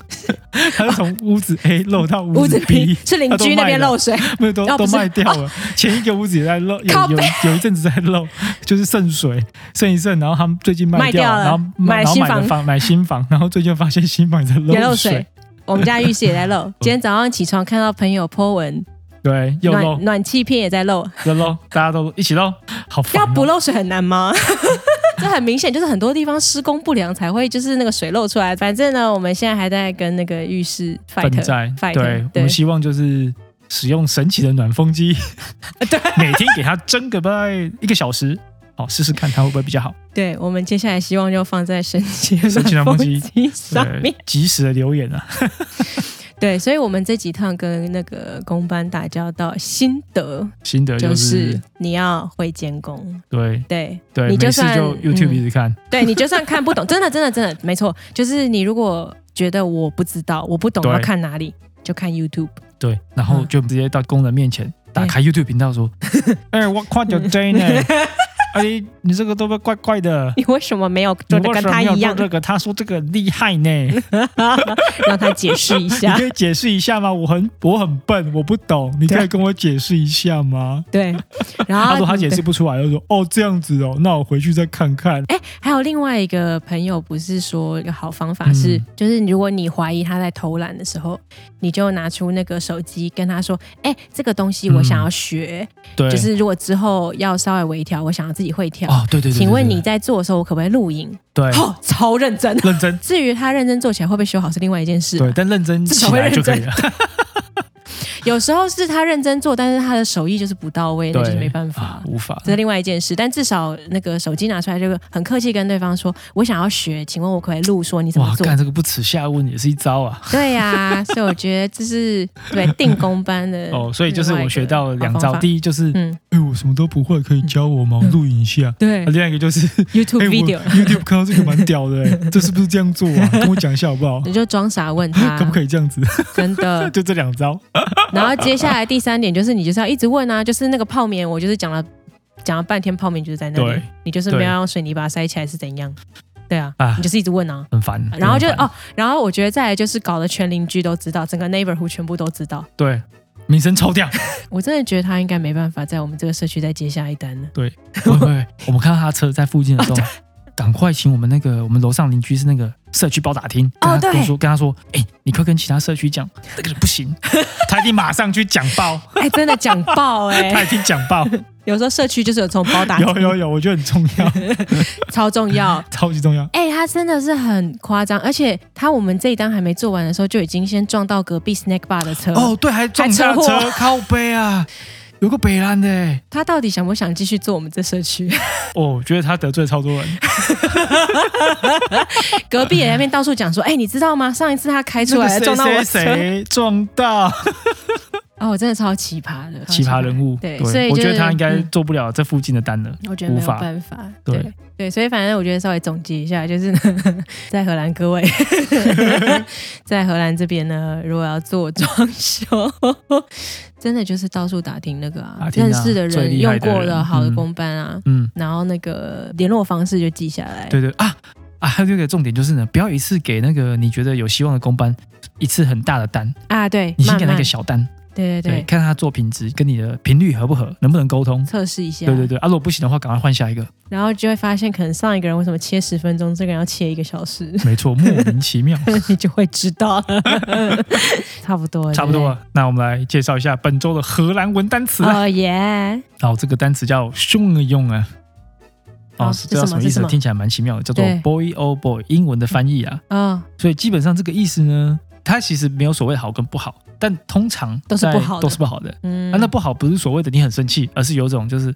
[SPEAKER 1] 他是从屋子 A 漏到
[SPEAKER 2] 哦屋
[SPEAKER 1] 屋
[SPEAKER 2] 子
[SPEAKER 1] 子
[SPEAKER 2] B
[SPEAKER 1] B，
[SPEAKER 2] 是邻居那边漏水，
[SPEAKER 1] 没有都
[SPEAKER 2] 哦不
[SPEAKER 1] 都
[SPEAKER 2] 是
[SPEAKER 1] 卖掉了。前一个屋子也在漏，有
[SPEAKER 2] 靠
[SPEAKER 1] 有有一阵子在漏，就是渗水渗一渗，然后他们最近
[SPEAKER 2] 卖
[SPEAKER 1] 卖
[SPEAKER 2] 掉了
[SPEAKER 1] 然后
[SPEAKER 2] 买
[SPEAKER 1] 然后
[SPEAKER 2] 新
[SPEAKER 1] 买了
[SPEAKER 2] 房
[SPEAKER 1] 房买新房，然后最近发现新房也在
[SPEAKER 2] 也漏
[SPEAKER 1] 漏
[SPEAKER 2] 水。。我们家浴室也在
[SPEAKER 1] *laughs*
[SPEAKER 2] 漏。今天早上起床看到朋友 po 文，
[SPEAKER 1] 对，又
[SPEAKER 2] 暖
[SPEAKER 1] 漏
[SPEAKER 2] 暖气片也在漏，
[SPEAKER 1] 又漏，大家都一起漏，好烦
[SPEAKER 2] 要
[SPEAKER 1] 哦。
[SPEAKER 2] 不漏水很难吗？ *laughs* 这很明显就是很多地方施工不良才会就是那个水漏出来。反正呢，我们现在还在跟那个浴室 fight
[SPEAKER 1] 奋战
[SPEAKER 2] fight，
[SPEAKER 1] 对，我
[SPEAKER 2] 对
[SPEAKER 1] 们希望就是使用神奇的暖风机，
[SPEAKER 2] *laughs* 对，
[SPEAKER 1] 每天给它蒸个大概一个小时，好试试看它会不会比较
[SPEAKER 2] *laughs*
[SPEAKER 1] 好。
[SPEAKER 2] 对，我们接下来希望就放在神奇的
[SPEAKER 1] 神奇的
[SPEAKER 2] 风
[SPEAKER 1] 风机
[SPEAKER 2] 机上面
[SPEAKER 1] 对。，及时的留言啊，
[SPEAKER 2] 对，所以我们这几趟跟那个工班打交道，心得
[SPEAKER 1] 心得
[SPEAKER 2] 就
[SPEAKER 1] 哎就是
[SPEAKER 2] 是你要会监工，
[SPEAKER 1] 对
[SPEAKER 2] 对
[SPEAKER 1] 对，
[SPEAKER 2] 你就
[SPEAKER 1] 没事
[SPEAKER 2] 算
[SPEAKER 1] 就
[SPEAKER 2] 嗯
[SPEAKER 1] YouTube 一直看，
[SPEAKER 2] 对，你就算看不懂，真的真的真的没错，就是你如果觉得我不知道，我不懂
[SPEAKER 1] 对
[SPEAKER 2] 要看哪里，就看 YouTube。
[SPEAKER 1] 对，然后
[SPEAKER 2] 嗯
[SPEAKER 1] 就直接到工人面前打开 YouTube 频道
[SPEAKER 2] *laughs*
[SPEAKER 1] 说：“哎，我看到 J 呢，哎，你这个都不怪怪的。”
[SPEAKER 2] *laughs* 你为什么没有
[SPEAKER 1] 你
[SPEAKER 2] 做的
[SPEAKER 1] 为
[SPEAKER 2] 跟
[SPEAKER 1] 什么
[SPEAKER 2] 他
[SPEAKER 1] 要
[SPEAKER 2] 一
[SPEAKER 1] 做
[SPEAKER 2] 样？
[SPEAKER 1] 这个，他说这个很厉害呢，
[SPEAKER 2] 让他解释一
[SPEAKER 1] 你
[SPEAKER 2] 下
[SPEAKER 1] 可。以解释一下吗？我很我很笨，我不懂，你可以跟我解释一下吗？
[SPEAKER 2] *laughs* 对，然后
[SPEAKER 1] 他说他解释
[SPEAKER 2] 啊对。
[SPEAKER 1] 不出来，就说哦这样子哦，那我回去再看看。
[SPEAKER 2] 哎，还有另外一个朋友不是说一个好方法是，
[SPEAKER 1] 嗯
[SPEAKER 2] 就是如果你怀疑他在偷懒的时候，你就拿出那个手机跟他说：“哎，这个东西我想要学，
[SPEAKER 1] 对，
[SPEAKER 2] 就是如果之后要稍微微调，我想要自己会调。
[SPEAKER 1] 哦，对对对对，
[SPEAKER 2] 请问
[SPEAKER 1] 对
[SPEAKER 2] 你在做的时候，我可不可以录影？
[SPEAKER 1] 对
[SPEAKER 2] 哦，超认真。
[SPEAKER 1] 认真
[SPEAKER 2] 至于他认真做起来会不会修好是另外一件事。
[SPEAKER 1] 对，但认真
[SPEAKER 2] 至
[SPEAKER 1] 起
[SPEAKER 2] 少会
[SPEAKER 1] 来
[SPEAKER 2] 认
[SPEAKER 1] 就可以
[SPEAKER 2] 真
[SPEAKER 1] 了。
[SPEAKER 2] 有时候是他认真做，但是他的手艺就是不到位，那
[SPEAKER 1] 对，
[SPEAKER 2] 就是没办法
[SPEAKER 1] 啊。无法
[SPEAKER 2] 这。是另外一件事，但至少那个手机拿出来，就很客气跟对方说：“我想要学，请问我可不可以录说你怎么
[SPEAKER 1] 哇，
[SPEAKER 2] 做
[SPEAKER 1] 干这个不耻下问也是一招啊！？”
[SPEAKER 2] 对呀、所以我觉得这是对定工班的
[SPEAKER 1] 哦，所以就是我学到了两
[SPEAKER 2] 另外一个好方
[SPEAKER 1] 招，
[SPEAKER 2] 法
[SPEAKER 1] 第一就是，哎、
[SPEAKER 2] 嗯，
[SPEAKER 1] 我什么都不会，可以教我吗？我
[SPEAKER 2] 嗯
[SPEAKER 1] 录影一下。
[SPEAKER 2] 对
[SPEAKER 1] *laughs* 啊另外一个就是，
[SPEAKER 2] *laughs*
[SPEAKER 1] 哎、
[SPEAKER 2] YouTube
[SPEAKER 1] 我 *laughs*
[SPEAKER 2] video，
[SPEAKER 1] YouTube 看到这个蛮屌的、哎这是不是这样做
[SPEAKER 2] *laughs*
[SPEAKER 1] 啊？跟我讲一下好不好？
[SPEAKER 2] 你就装傻问他
[SPEAKER 1] 可不，可以这样子？
[SPEAKER 2] 真
[SPEAKER 1] *laughs*
[SPEAKER 2] 的。
[SPEAKER 1] 就这两招。
[SPEAKER 2] 然后接下来第三点就是，你就是要一直问啊，就是那个泡棉，我就是讲了讲了半天，泡棉就是在那里
[SPEAKER 1] 对，
[SPEAKER 2] 你就是没有用水泥把它塞起来是怎样？对啊，
[SPEAKER 1] 啊
[SPEAKER 2] 你就是一直问啊。
[SPEAKER 1] 很烦，
[SPEAKER 2] 然后就
[SPEAKER 1] 真的很
[SPEAKER 2] 哦，然后我觉得再来就是搞得全邻居都知道，整个 neighborhood 全部都知道。
[SPEAKER 1] 烦，对，名声臭掉。
[SPEAKER 2] *laughs* 我真的觉得他应该没办法在我们这个社区再接下一单
[SPEAKER 1] *laughs*
[SPEAKER 2] 了。
[SPEAKER 1] 不会不会，我们看到他车在附近的时
[SPEAKER 2] 哦
[SPEAKER 1] 候，赶快请我们那个我们楼上邻居是那个社区包打听，跟他、
[SPEAKER 2] 哦对
[SPEAKER 1] 跟我说跟他说，哎、你快跟其他社区讲，那个人不
[SPEAKER 2] *laughs*
[SPEAKER 1] 行，他一定马上去讲爆，
[SPEAKER 2] 哎，真的讲爆
[SPEAKER 1] *laughs*
[SPEAKER 2] 哎、
[SPEAKER 1] 他一定讲
[SPEAKER 2] *laughs*
[SPEAKER 1] 爆，
[SPEAKER 2] 有时候社区就是有这种包打，
[SPEAKER 1] 有有有，我觉得很重
[SPEAKER 2] *laughs*
[SPEAKER 1] 要，
[SPEAKER 2] 超重
[SPEAKER 1] *laughs*
[SPEAKER 2] 要。
[SPEAKER 1] 超级重要。
[SPEAKER 2] 哎、他真的是很夸张，而且他我们这一单还没做完的时候，就已经先撞到隔壁 snack bar 的车。
[SPEAKER 1] 哦，对，还撞下
[SPEAKER 2] 呃还车
[SPEAKER 1] 车，靠背啊，有个北兰的、欸，
[SPEAKER 2] 他到底想不想继续做我们这社区？ *laughs*
[SPEAKER 1] 哦，我觉得他得罪超多人，
[SPEAKER 2] 隔壁也在那边到处讲说，哎、你知道吗？上一次他开出来
[SPEAKER 1] 那个
[SPEAKER 2] 撞到
[SPEAKER 1] 谁
[SPEAKER 2] 我的车
[SPEAKER 1] 谁，谁撞到
[SPEAKER 2] 哦，真的超奇葩的，
[SPEAKER 1] 奇葩人物，
[SPEAKER 2] 对，所以
[SPEAKER 1] 我
[SPEAKER 2] 就是
[SPEAKER 1] 觉得他应该
[SPEAKER 2] 嗯
[SPEAKER 1] 做不了这附近的单了。
[SPEAKER 2] 我觉得没
[SPEAKER 1] 无
[SPEAKER 2] 有
[SPEAKER 1] 法
[SPEAKER 2] 办法，
[SPEAKER 1] 对
[SPEAKER 2] 对对，所以反正我觉得稍微总结一下，就是 *laughs* 呢，在荷兰各位， *laughs* 在荷兰这边呢，如果要做装修， *laughs* 真的就是到处打听那个啊，
[SPEAKER 1] 打听啊
[SPEAKER 2] 认识的
[SPEAKER 1] 最
[SPEAKER 2] 人、
[SPEAKER 1] 厉
[SPEAKER 2] 用
[SPEAKER 1] 害的
[SPEAKER 2] 过的
[SPEAKER 1] 人
[SPEAKER 2] 好的
[SPEAKER 1] 嗯
[SPEAKER 2] 工班啊，
[SPEAKER 1] 嗯，
[SPEAKER 2] 然后那个联络方式就记下来，
[SPEAKER 1] 对对啊啊，还有一个重点就是呢，不要一次给那个你觉得有希望的公班一次很大的单，
[SPEAKER 2] 啊，对，
[SPEAKER 1] 你先
[SPEAKER 2] 慢
[SPEAKER 1] 给他一
[SPEAKER 2] 慢
[SPEAKER 1] 个，小单，
[SPEAKER 2] 对对对，
[SPEAKER 1] 看他作品值跟你的频率合不合，能不能沟通。
[SPEAKER 2] 测试一下，
[SPEAKER 1] 对对对，啊，如果不行的话，赶快换下一个。
[SPEAKER 2] 然后就会发现，可能上一个人为什么切十分钟，这个人要切一个小时， *laughs*
[SPEAKER 1] 没错，莫名其妙，
[SPEAKER 2] 你就会知道
[SPEAKER 1] *laughs*
[SPEAKER 2] 了。差不多，
[SPEAKER 1] 差不多了。那我们来介绍一下本周的荷兰文单词
[SPEAKER 2] 对不对。
[SPEAKER 1] 啊。
[SPEAKER 2] 哦耶！
[SPEAKER 1] 好，这个单词叫 s h o n g j o n 啊。
[SPEAKER 2] 哦
[SPEAKER 1] 哦，是这叫
[SPEAKER 2] 是什
[SPEAKER 1] 什
[SPEAKER 2] 么
[SPEAKER 1] 么意
[SPEAKER 2] 是什
[SPEAKER 1] 思
[SPEAKER 2] 么？
[SPEAKER 1] 听起来蛮奇妙的，叫做
[SPEAKER 2] 对
[SPEAKER 1] boy o boy，英文的翻译啊。
[SPEAKER 2] 哦，
[SPEAKER 1] 所以基本上这个意思呢，它其实没有所谓好跟不好，但通常
[SPEAKER 2] 都是
[SPEAKER 1] 在
[SPEAKER 2] 不好的
[SPEAKER 1] 都是不好的。
[SPEAKER 2] 嗯，
[SPEAKER 1] 啊，那不好不是所谓的你很生气，而是有种就是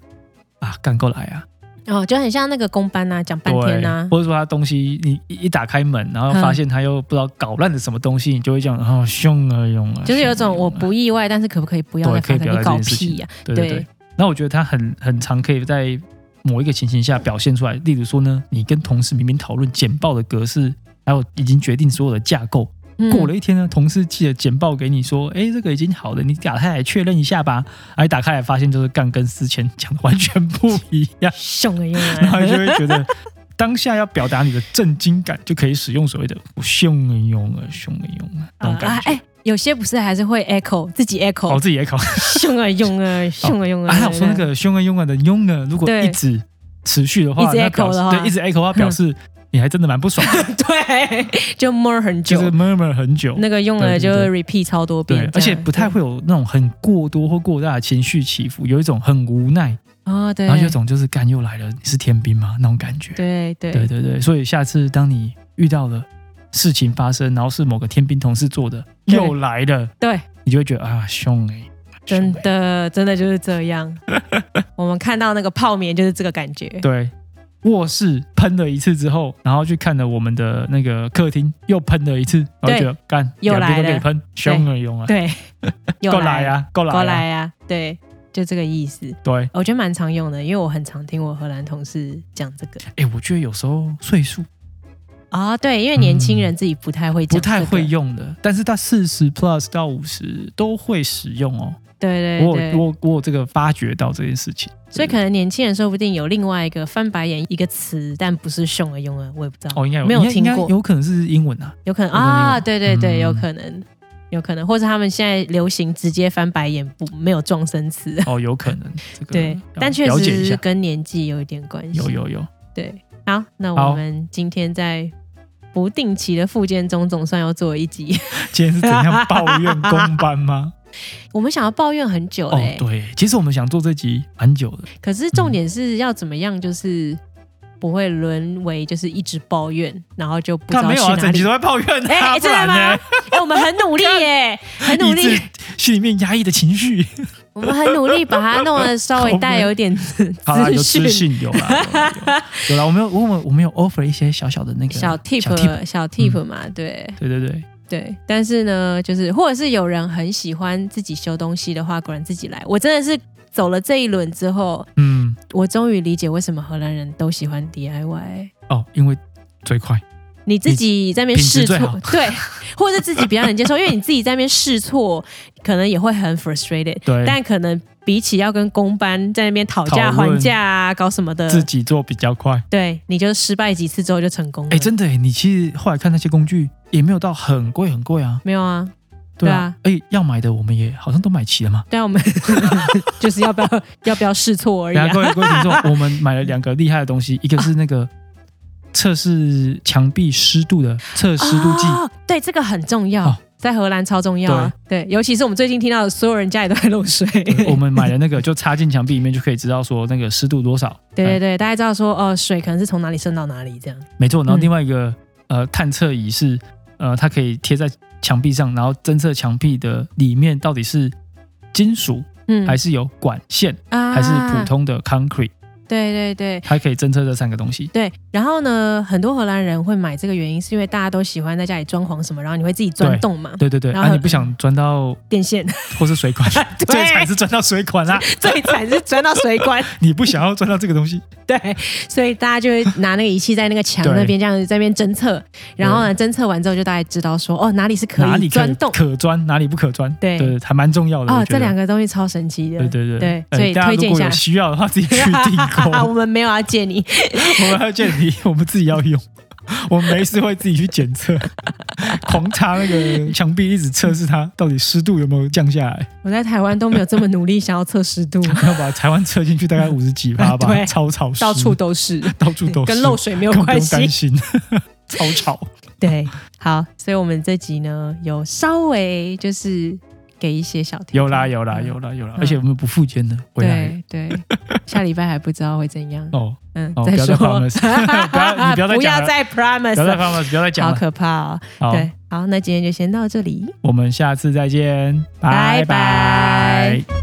[SPEAKER 1] 啊干够来啊，
[SPEAKER 2] 哦，就很像那个工班呐、啊，讲半天
[SPEAKER 1] 对，
[SPEAKER 2] 呐、
[SPEAKER 1] 或者说他东西你一一打开门，然后发现他又不知道搞烂了什么东西，你就会这样，哦，凶啊用啊，
[SPEAKER 2] 就是有
[SPEAKER 1] 凶
[SPEAKER 2] 一
[SPEAKER 1] 啊
[SPEAKER 2] 种我不意外，但是可不可以不要
[SPEAKER 1] 对
[SPEAKER 2] 再
[SPEAKER 1] 可
[SPEAKER 2] 发
[SPEAKER 1] 以不
[SPEAKER 2] 生？
[SPEAKER 1] 要
[SPEAKER 2] 你
[SPEAKER 1] 再这
[SPEAKER 2] 搞
[SPEAKER 1] 件事
[SPEAKER 2] 屁
[SPEAKER 1] 情
[SPEAKER 2] 呀、
[SPEAKER 1] 对对对。那我觉得他很很常可以在某一个情形下表现出来，例如说呢，你跟同事明明讨论简报的格式，还有已经决定所有的架构，
[SPEAKER 2] 嗯，
[SPEAKER 1] 过了一天呢，同事寄了简报给你说，哎，这个已经好了，你打开来确认一下吧。哎，打开来发现就是干跟之前讲的完全不一样
[SPEAKER 2] 凶的用
[SPEAKER 1] *laughs* 然后
[SPEAKER 2] 啊，
[SPEAKER 1] 就会觉得。当下要表达你的震惊感，就可以使用所谓的“凶啊用啊，凶啊用啊”那种
[SPEAKER 2] 啊
[SPEAKER 1] 感觉。
[SPEAKER 2] 哎，有些不是还是会 echo 自己
[SPEAKER 1] 我
[SPEAKER 2] echo
[SPEAKER 1] 自己
[SPEAKER 2] *laughs*
[SPEAKER 1] 也考
[SPEAKER 2] 凶啊用啊凶啊用啊，
[SPEAKER 1] 啊，那我说那
[SPEAKER 2] 对
[SPEAKER 1] 个凶啊用啊的用啊，如果
[SPEAKER 2] 对
[SPEAKER 1] 一直持续的话，
[SPEAKER 2] 一直
[SPEAKER 1] 那表
[SPEAKER 2] echo
[SPEAKER 1] 示
[SPEAKER 2] 的话
[SPEAKER 1] 对，一直 echo 的
[SPEAKER 2] *laughs*
[SPEAKER 1] 话表示你还真的蛮不爽的，
[SPEAKER 2] 啊对， *laughs* 就 more 很
[SPEAKER 1] 就
[SPEAKER 2] 久
[SPEAKER 1] 是，murmur 很久。
[SPEAKER 2] 那个用了
[SPEAKER 1] 对
[SPEAKER 2] 就
[SPEAKER 1] 对对
[SPEAKER 2] repeat 超多遍
[SPEAKER 1] 对，，
[SPEAKER 2] 这
[SPEAKER 1] 而且
[SPEAKER 2] 样
[SPEAKER 1] 不太会有那种很过多或过大的情绪起伏，有一种很无奈，
[SPEAKER 2] 哦，对，
[SPEAKER 1] 然后有一种就是干又来了，你是天兵吗？那种感觉。
[SPEAKER 2] 对对
[SPEAKER 1] 对对对，所以下次当你遇到了事情发生，然后是某个天兵同事做的，
[SPEAKER 2] 对
[SPEAKER 1] 又来了，
[SPEAKER 2] 对，
[SPEAKER 1] 你就会觉得啊，凶哎、欸，
[SPEAKER 2] 真
[SPEAKER 1] 凶欸。
[SPEAKER 2] 的真的就是这
[SPEAKER 1] *laughs*
[SPEAKER 2] 样。我们看到那个泡棉就是这个感觉，
[SPEAKER 1] 对，卧室喷了一次之后，然后去看了我们的那个客厅，又喷了一次，然后
[SPEAKER 2] 对
[SPEAKER 1] 觉得干
[SPEAKER 2] 又
[SPEAKER 1] 两
[SPEAKER 2] 来
[SPEAKER 1] 边都
[SPEAKER 2] 了
[SPEAKER 1] 可以喷，凶而用啊，
[SPEAKER 2] 对，
[SPEAKER 1] *laughs*
[SPEAKER 2] 又
[SPEAKER 1] 够来，啊，够来
[SPEAKER 2] 过
[SPEAKER 1] 啊，
[SPEAKER 2] 来啊，对，就这个意思。
[SPEAKER 1] 对，
[SPEAKER 2] 我觉得蛮常用的，因为我很常听我荷兰同事讲这个
[SPEAKER 1] 哎，我觉得有时候岁数
[SPEAKER 2] 啊、对，因为年轻人自己不太会
[SPEAKER 1] 嗯不
[SPEAKER 2] 讲、这
[SPEAKER 1] 太
[SPEAKER 2] 个
[SPEAKER 1] 会，用的，但是到四十 plus 到五十都会使用哦。
[SPEAKER 2] 对
[SPEAKER 1] 我
[SPEAKER 2] 对
[SPEAKER 1] 有
[SPEAKER 2] 对，
[SPEAKER 1] 我我有这个发觉到这件事情，
[SPEAKER 2] 所以可能年轻人说不定有另外一个翻白眼一个词，但不是凶而用而，我也不知道，
[SPEAKER 1] 哦，应该有
[SPEAKER 2] 没有
[SPEAKER 1] 应该
[SPEAKER 2] 听
[SPEAKER 1] 应该
[SPEAKER 2] 过
[SPEAKER 1] 有可能是英文啊，
[SPEAKER 2] 有可能
[SPEAKER 1] 有可能
[SPEAKER 2] 啊，
[SPEAKER 1] 有
[SPEAKER 2] 对对对，
[SPEAKER 1] 嗯
[SPEAKER 2] 有可能，有可能，或者他们现在流行直接翻白眼，不没有撞声词，
[SPEAKER 1] 哦，有可
[SPEAKER 2] *laughs*
[SPEAKER 1] 能这个
[SPEAKER 2] 对
[SPEAKER 1] 要，
[SPEAKER 2] 但确
[SPEAKER 1] 了解
[SPEAKER 2] 实
[SPEAKER 1] 一
[SPEAKER 2] 是
[SPEAKER 1] 下，
[SPEAKER 2] 跟年纪有一点关系，
[SPEAKER 1] 有有有，
[SPEAKER 2] 对，好，那
[SPEAKER 1] 好
[SPEAKER 2] 我们今天在不定期的复健中，总算要做一集。
[SPEAKER 1] 今天是怎样抱怨公班吗？
[SPEAKER 2] *laughs* 我们想要抱怨很久嘞、
[SPEAKER 1] 哦，对，其实我们想做这集蛮久的，
[SPEAKER 2] 可是重点是要怎么样，就是不会沦为就是一直抱怨，然后就不知
[SPEAKER 1] 但
[SPEAKER 2] 道
[SPEAKER 1] 没
[SPEAKER 2] 去
[SPEAKER 1] 有啊，
[SPEAKER 2] 哪
[SPEAKER 1] 整集
[SPEAKER 2] 里
[SPEAKER 1] 都。在抱怨
[SPEAKER 2] 哎、
[SPEAKER 1] 啊，不
[SPEAKER 2] 真的
[SPEAKER 1] 然
[SPEAKER 2] 吗？哎
[SPEAKER 1] 呢？、
[SPEAKER 2] 我们很努力耶，很努
[SPEAKER 1] 抑制
[SPEAKER 2] 力，
[SPEAKER 1] 心里面压抑的情
[SPEAKER 2] *laughs*
[SPEAKER 1] 绪。
[SPEAKER 2] 我们很努力把它弄得稍微带有一点
[SPEAKER 1] 好啦，有
[SPEAKER 2] 资
[SPEAKER 1] 自
[SPEAKER 2] 讯。
[SPEAKER 1] 信有啦，有啦有
[SPEAKER 2] *laughs*
[SPEAKER 1] 啦有啦，我们有我们我们有 offer 一些小小的那个
[SPEAKER 2] 小
[SPEAKER 1] tip，嗯
[SPEAKER 2] tip 小 tip 嘛，对
[SPEAKER 1] 对对对，
[SPEAKER 2] 对，但是呢，就是或者是有人很喜欢自己修东西的话，果然自己来。我真的是走了这一轮之后，
[SPEAKER 1] 嗯，
[SPEAKER 2] 我终于理解为什么荷兰人都喜欢 DIY。
[SPEAKER 1] 哦，因为最快，
[SPEAKER 2] 你自己在那边
[SPEAKER 1] 品质
[SPEAKER 2] 试错
[SPEAKER 1] 最好，
[SPEAKER 2] *laughs* 对，或者自己比较能接
[SPEAKER 1] *laughs*
[SPEAKER 2] 受，因为你自己在那边试错，可能也会很 frustrated。
[SPEAKER 1] 对，
[SPEAKER 2] 但可能比起要跟工班在那边讨价
[SPEAKER 1] 讨论
[SPEAKER 2] 还价啊，搞什么的，
[SPEAKER 1] 自己做比较快。
[SPEAKER 2] 对，你就失败几次之后就成功了。
[SPEAKER 1] 哎，真的耶，你其实后来看那些工具也没有到很贵很贵啊，
[SPEAKER 2] 没有啊？
[SPEAKER 1] 对啊，哎，要买的我们也好像都买齐了嘛。
[SPEAKER 2] 对啊，我们 *laughs* 就是要不要 *laughs* 要不要试错而已、
[SPEAKER 1] 然后
[SPEAKER 2] 啊。
[SPEAKER 1] 各位各位听
[SPEAKER 2] *laughs*
[SPEAKER 1] 众，我们买了两个厉害的东西，一个是那个测试墙壁湿度的测湿度计，
[SPEAKER 2] 哦，对，这个很重要，
[SPEAKER 1] 哦
[SPEAKER 2] 在荷兰超重要啊。对，尤其是我们最近听到的所有人家里都在漏水。
[SPEAKER 1] *laughs* 对我们买的那个就插进墙壁里面就可以知道说那个湿度多少。
[SPEAKER 2] *laughs* 对对
[SPEAKER 1] 哎
[SPEAKER 2] 对，大家知道说哦，水可能是从哪里渗到哪里这样。
[SPEAKER 1] 没错。然后
[SPEAKER 2] 嗯
[SPEAKER 1] 另外一个、呃探测仪是呃它可以贴在墙壁上，然后侦测墙壁的里面到底是金属
[SPEAKER 2] 嗯
[SPEAKER 1] 还是有管线、
[SPEAKER 2] 啊
[SPEAKER 1] 还是普。通的 concrete，
[SPEAKER 2] 对对对
[SPEAKER 1] 它可以侦测这三个东西。
[SPEAKER 2] 对，然后呢，很多荷兰人会买这个原因是因为大家都喜欢在家里装潢什么，然后你会自己钻
[SPEAKER 1] 对
[SPEAKER 2] 洞嘛，
[SPEAKER 1] 对对对，
[SPEAKER 2] 然后
[SPEAKER 1] 啊，你不想钻到
[SPEAKER 2] 电线 *laughs*
[SPEAKER 1] 或是水管，
[SPEAKER 2] 对
[SPEAKER 1] 最惨是钻到水管
[SPEAKER 2] *laughs*
[SPEAKER 1] 啊！
[SPEAKER 2] 最惨是钻到水管，
[SPEAKER 1] 你不想要钻到这个东西，
[SPEAKER 2] 对，所以大家就会拿那个仪器在那个墙
[SPEAKER 1] 对
[SPEAKER 2] 那边这样子在那边侦测，然后呢，侦测完之后就大概知道说哦哪里是可
[SPEAKER 1] 哪
[SPEAKER 2] 以
[SPEAKER 1] 里可
[SPEAKER 2] 钻洞
[SPEAKER 1] 可钻，哪里不可钻，
[SPEAKER 2] 对
[SPEAKER 1] 对，还蛮重要的。
[SPEAKER 2] 哦
[SPEAKER 1] 我，觉
[SPEAKER 2] 这
[SPEAKER 1] 得
[SPEAKER 2] 两个东西超神奇的，
[SPEAKER 1] 对
[SPEAKER 2] *laughs*
[SPEAKER 1] 对对
[SPEAKER 2] 对
[SPEAKER 1] 呃
[SPEAKER 2] 所以
[SPEAKER 1] 大家
[SPEAKER 2] 推荐
[SPEAKER 1] 如
[SPEAKER 2] 一
[SPEAKER 1] 果
[SPEAKER 2] 下
[SPEAKER 1] 有需要的话，自己去订
[SPEAKER 2] 啊，
[SPEAKER 1] 购。
[SPEAKER 2] *laughs* 我们没有要借你，
[SPEAKER 1] 我们要建议我们自己要
[SPEAKER 2] *laughs*
[SPEAKER 1] 用，我们没事会自己去检测，狂插那个墙壁，一直测试它到底湿度有没有降下来。
[SPEAKER 2] 我在台湾都没有这么努力想要测湿
[SPEAKER 1] *laughs*
[SPEAKER 2] 度，
[SPEAKER 1] 要把台湾测进去大概五十几趴吧，
[SPEAKER 2] *laughs* 对
[SPEAKER 1] 超潮湿，
[SPEAKER 2] 到处都是，
[SPEAKER 1] 到处都是
[SPEAKER 2] 跟漏水没有
[SPEAKER 1] 更不
[SPEAKER 2] 关
[SPEAKER 1] 用
[SPEAKER 2] 系
[SPEAKER 1] 担。心， *laughs* 超
[SPEAKER 2] *laughs*
[SPEAKER 1] 吵。
[SPEAKER 2] 对，好，所以我们这集呢有稍微就是给一些小提
[SPEAKER 1] 有啦有啦
[SPEAKER 2] 嗯
[SPEAKER 1] 有啦有啦，
[SPEAKER 2] 嗯
[SPEAKER 1] 而且我们不复健的回来了
[SPEAKER 2] 对对，下礼拜还不知道会怎样，
[SPEAKER 1] 哦，
[SPEAKER 2] 嗯
[SPEAKER 1] 哦，
[SPEAKER 2] 再
[SPEAKER 1] 不要再
[SPEAKER 2] 说， *laughs*
[SPEAKER 1] *laughs* promise 不要你不要再讲了不要再
[SPEAKER 2] promise，
[SPEAKER 1] 放了，不要再讲
[SPEAKER 2] 好
[SPEAKER 1] 了。
[SPEAKER 2] 可怕哦。
[SPEAKER 1] 好，
[SPEAKER 2] 对，好，那今天就先到这里。
[SPEAKER 1] 我们下次再见，
[SPEAKER 2] 拜拜
[SPEAKER 1] 拜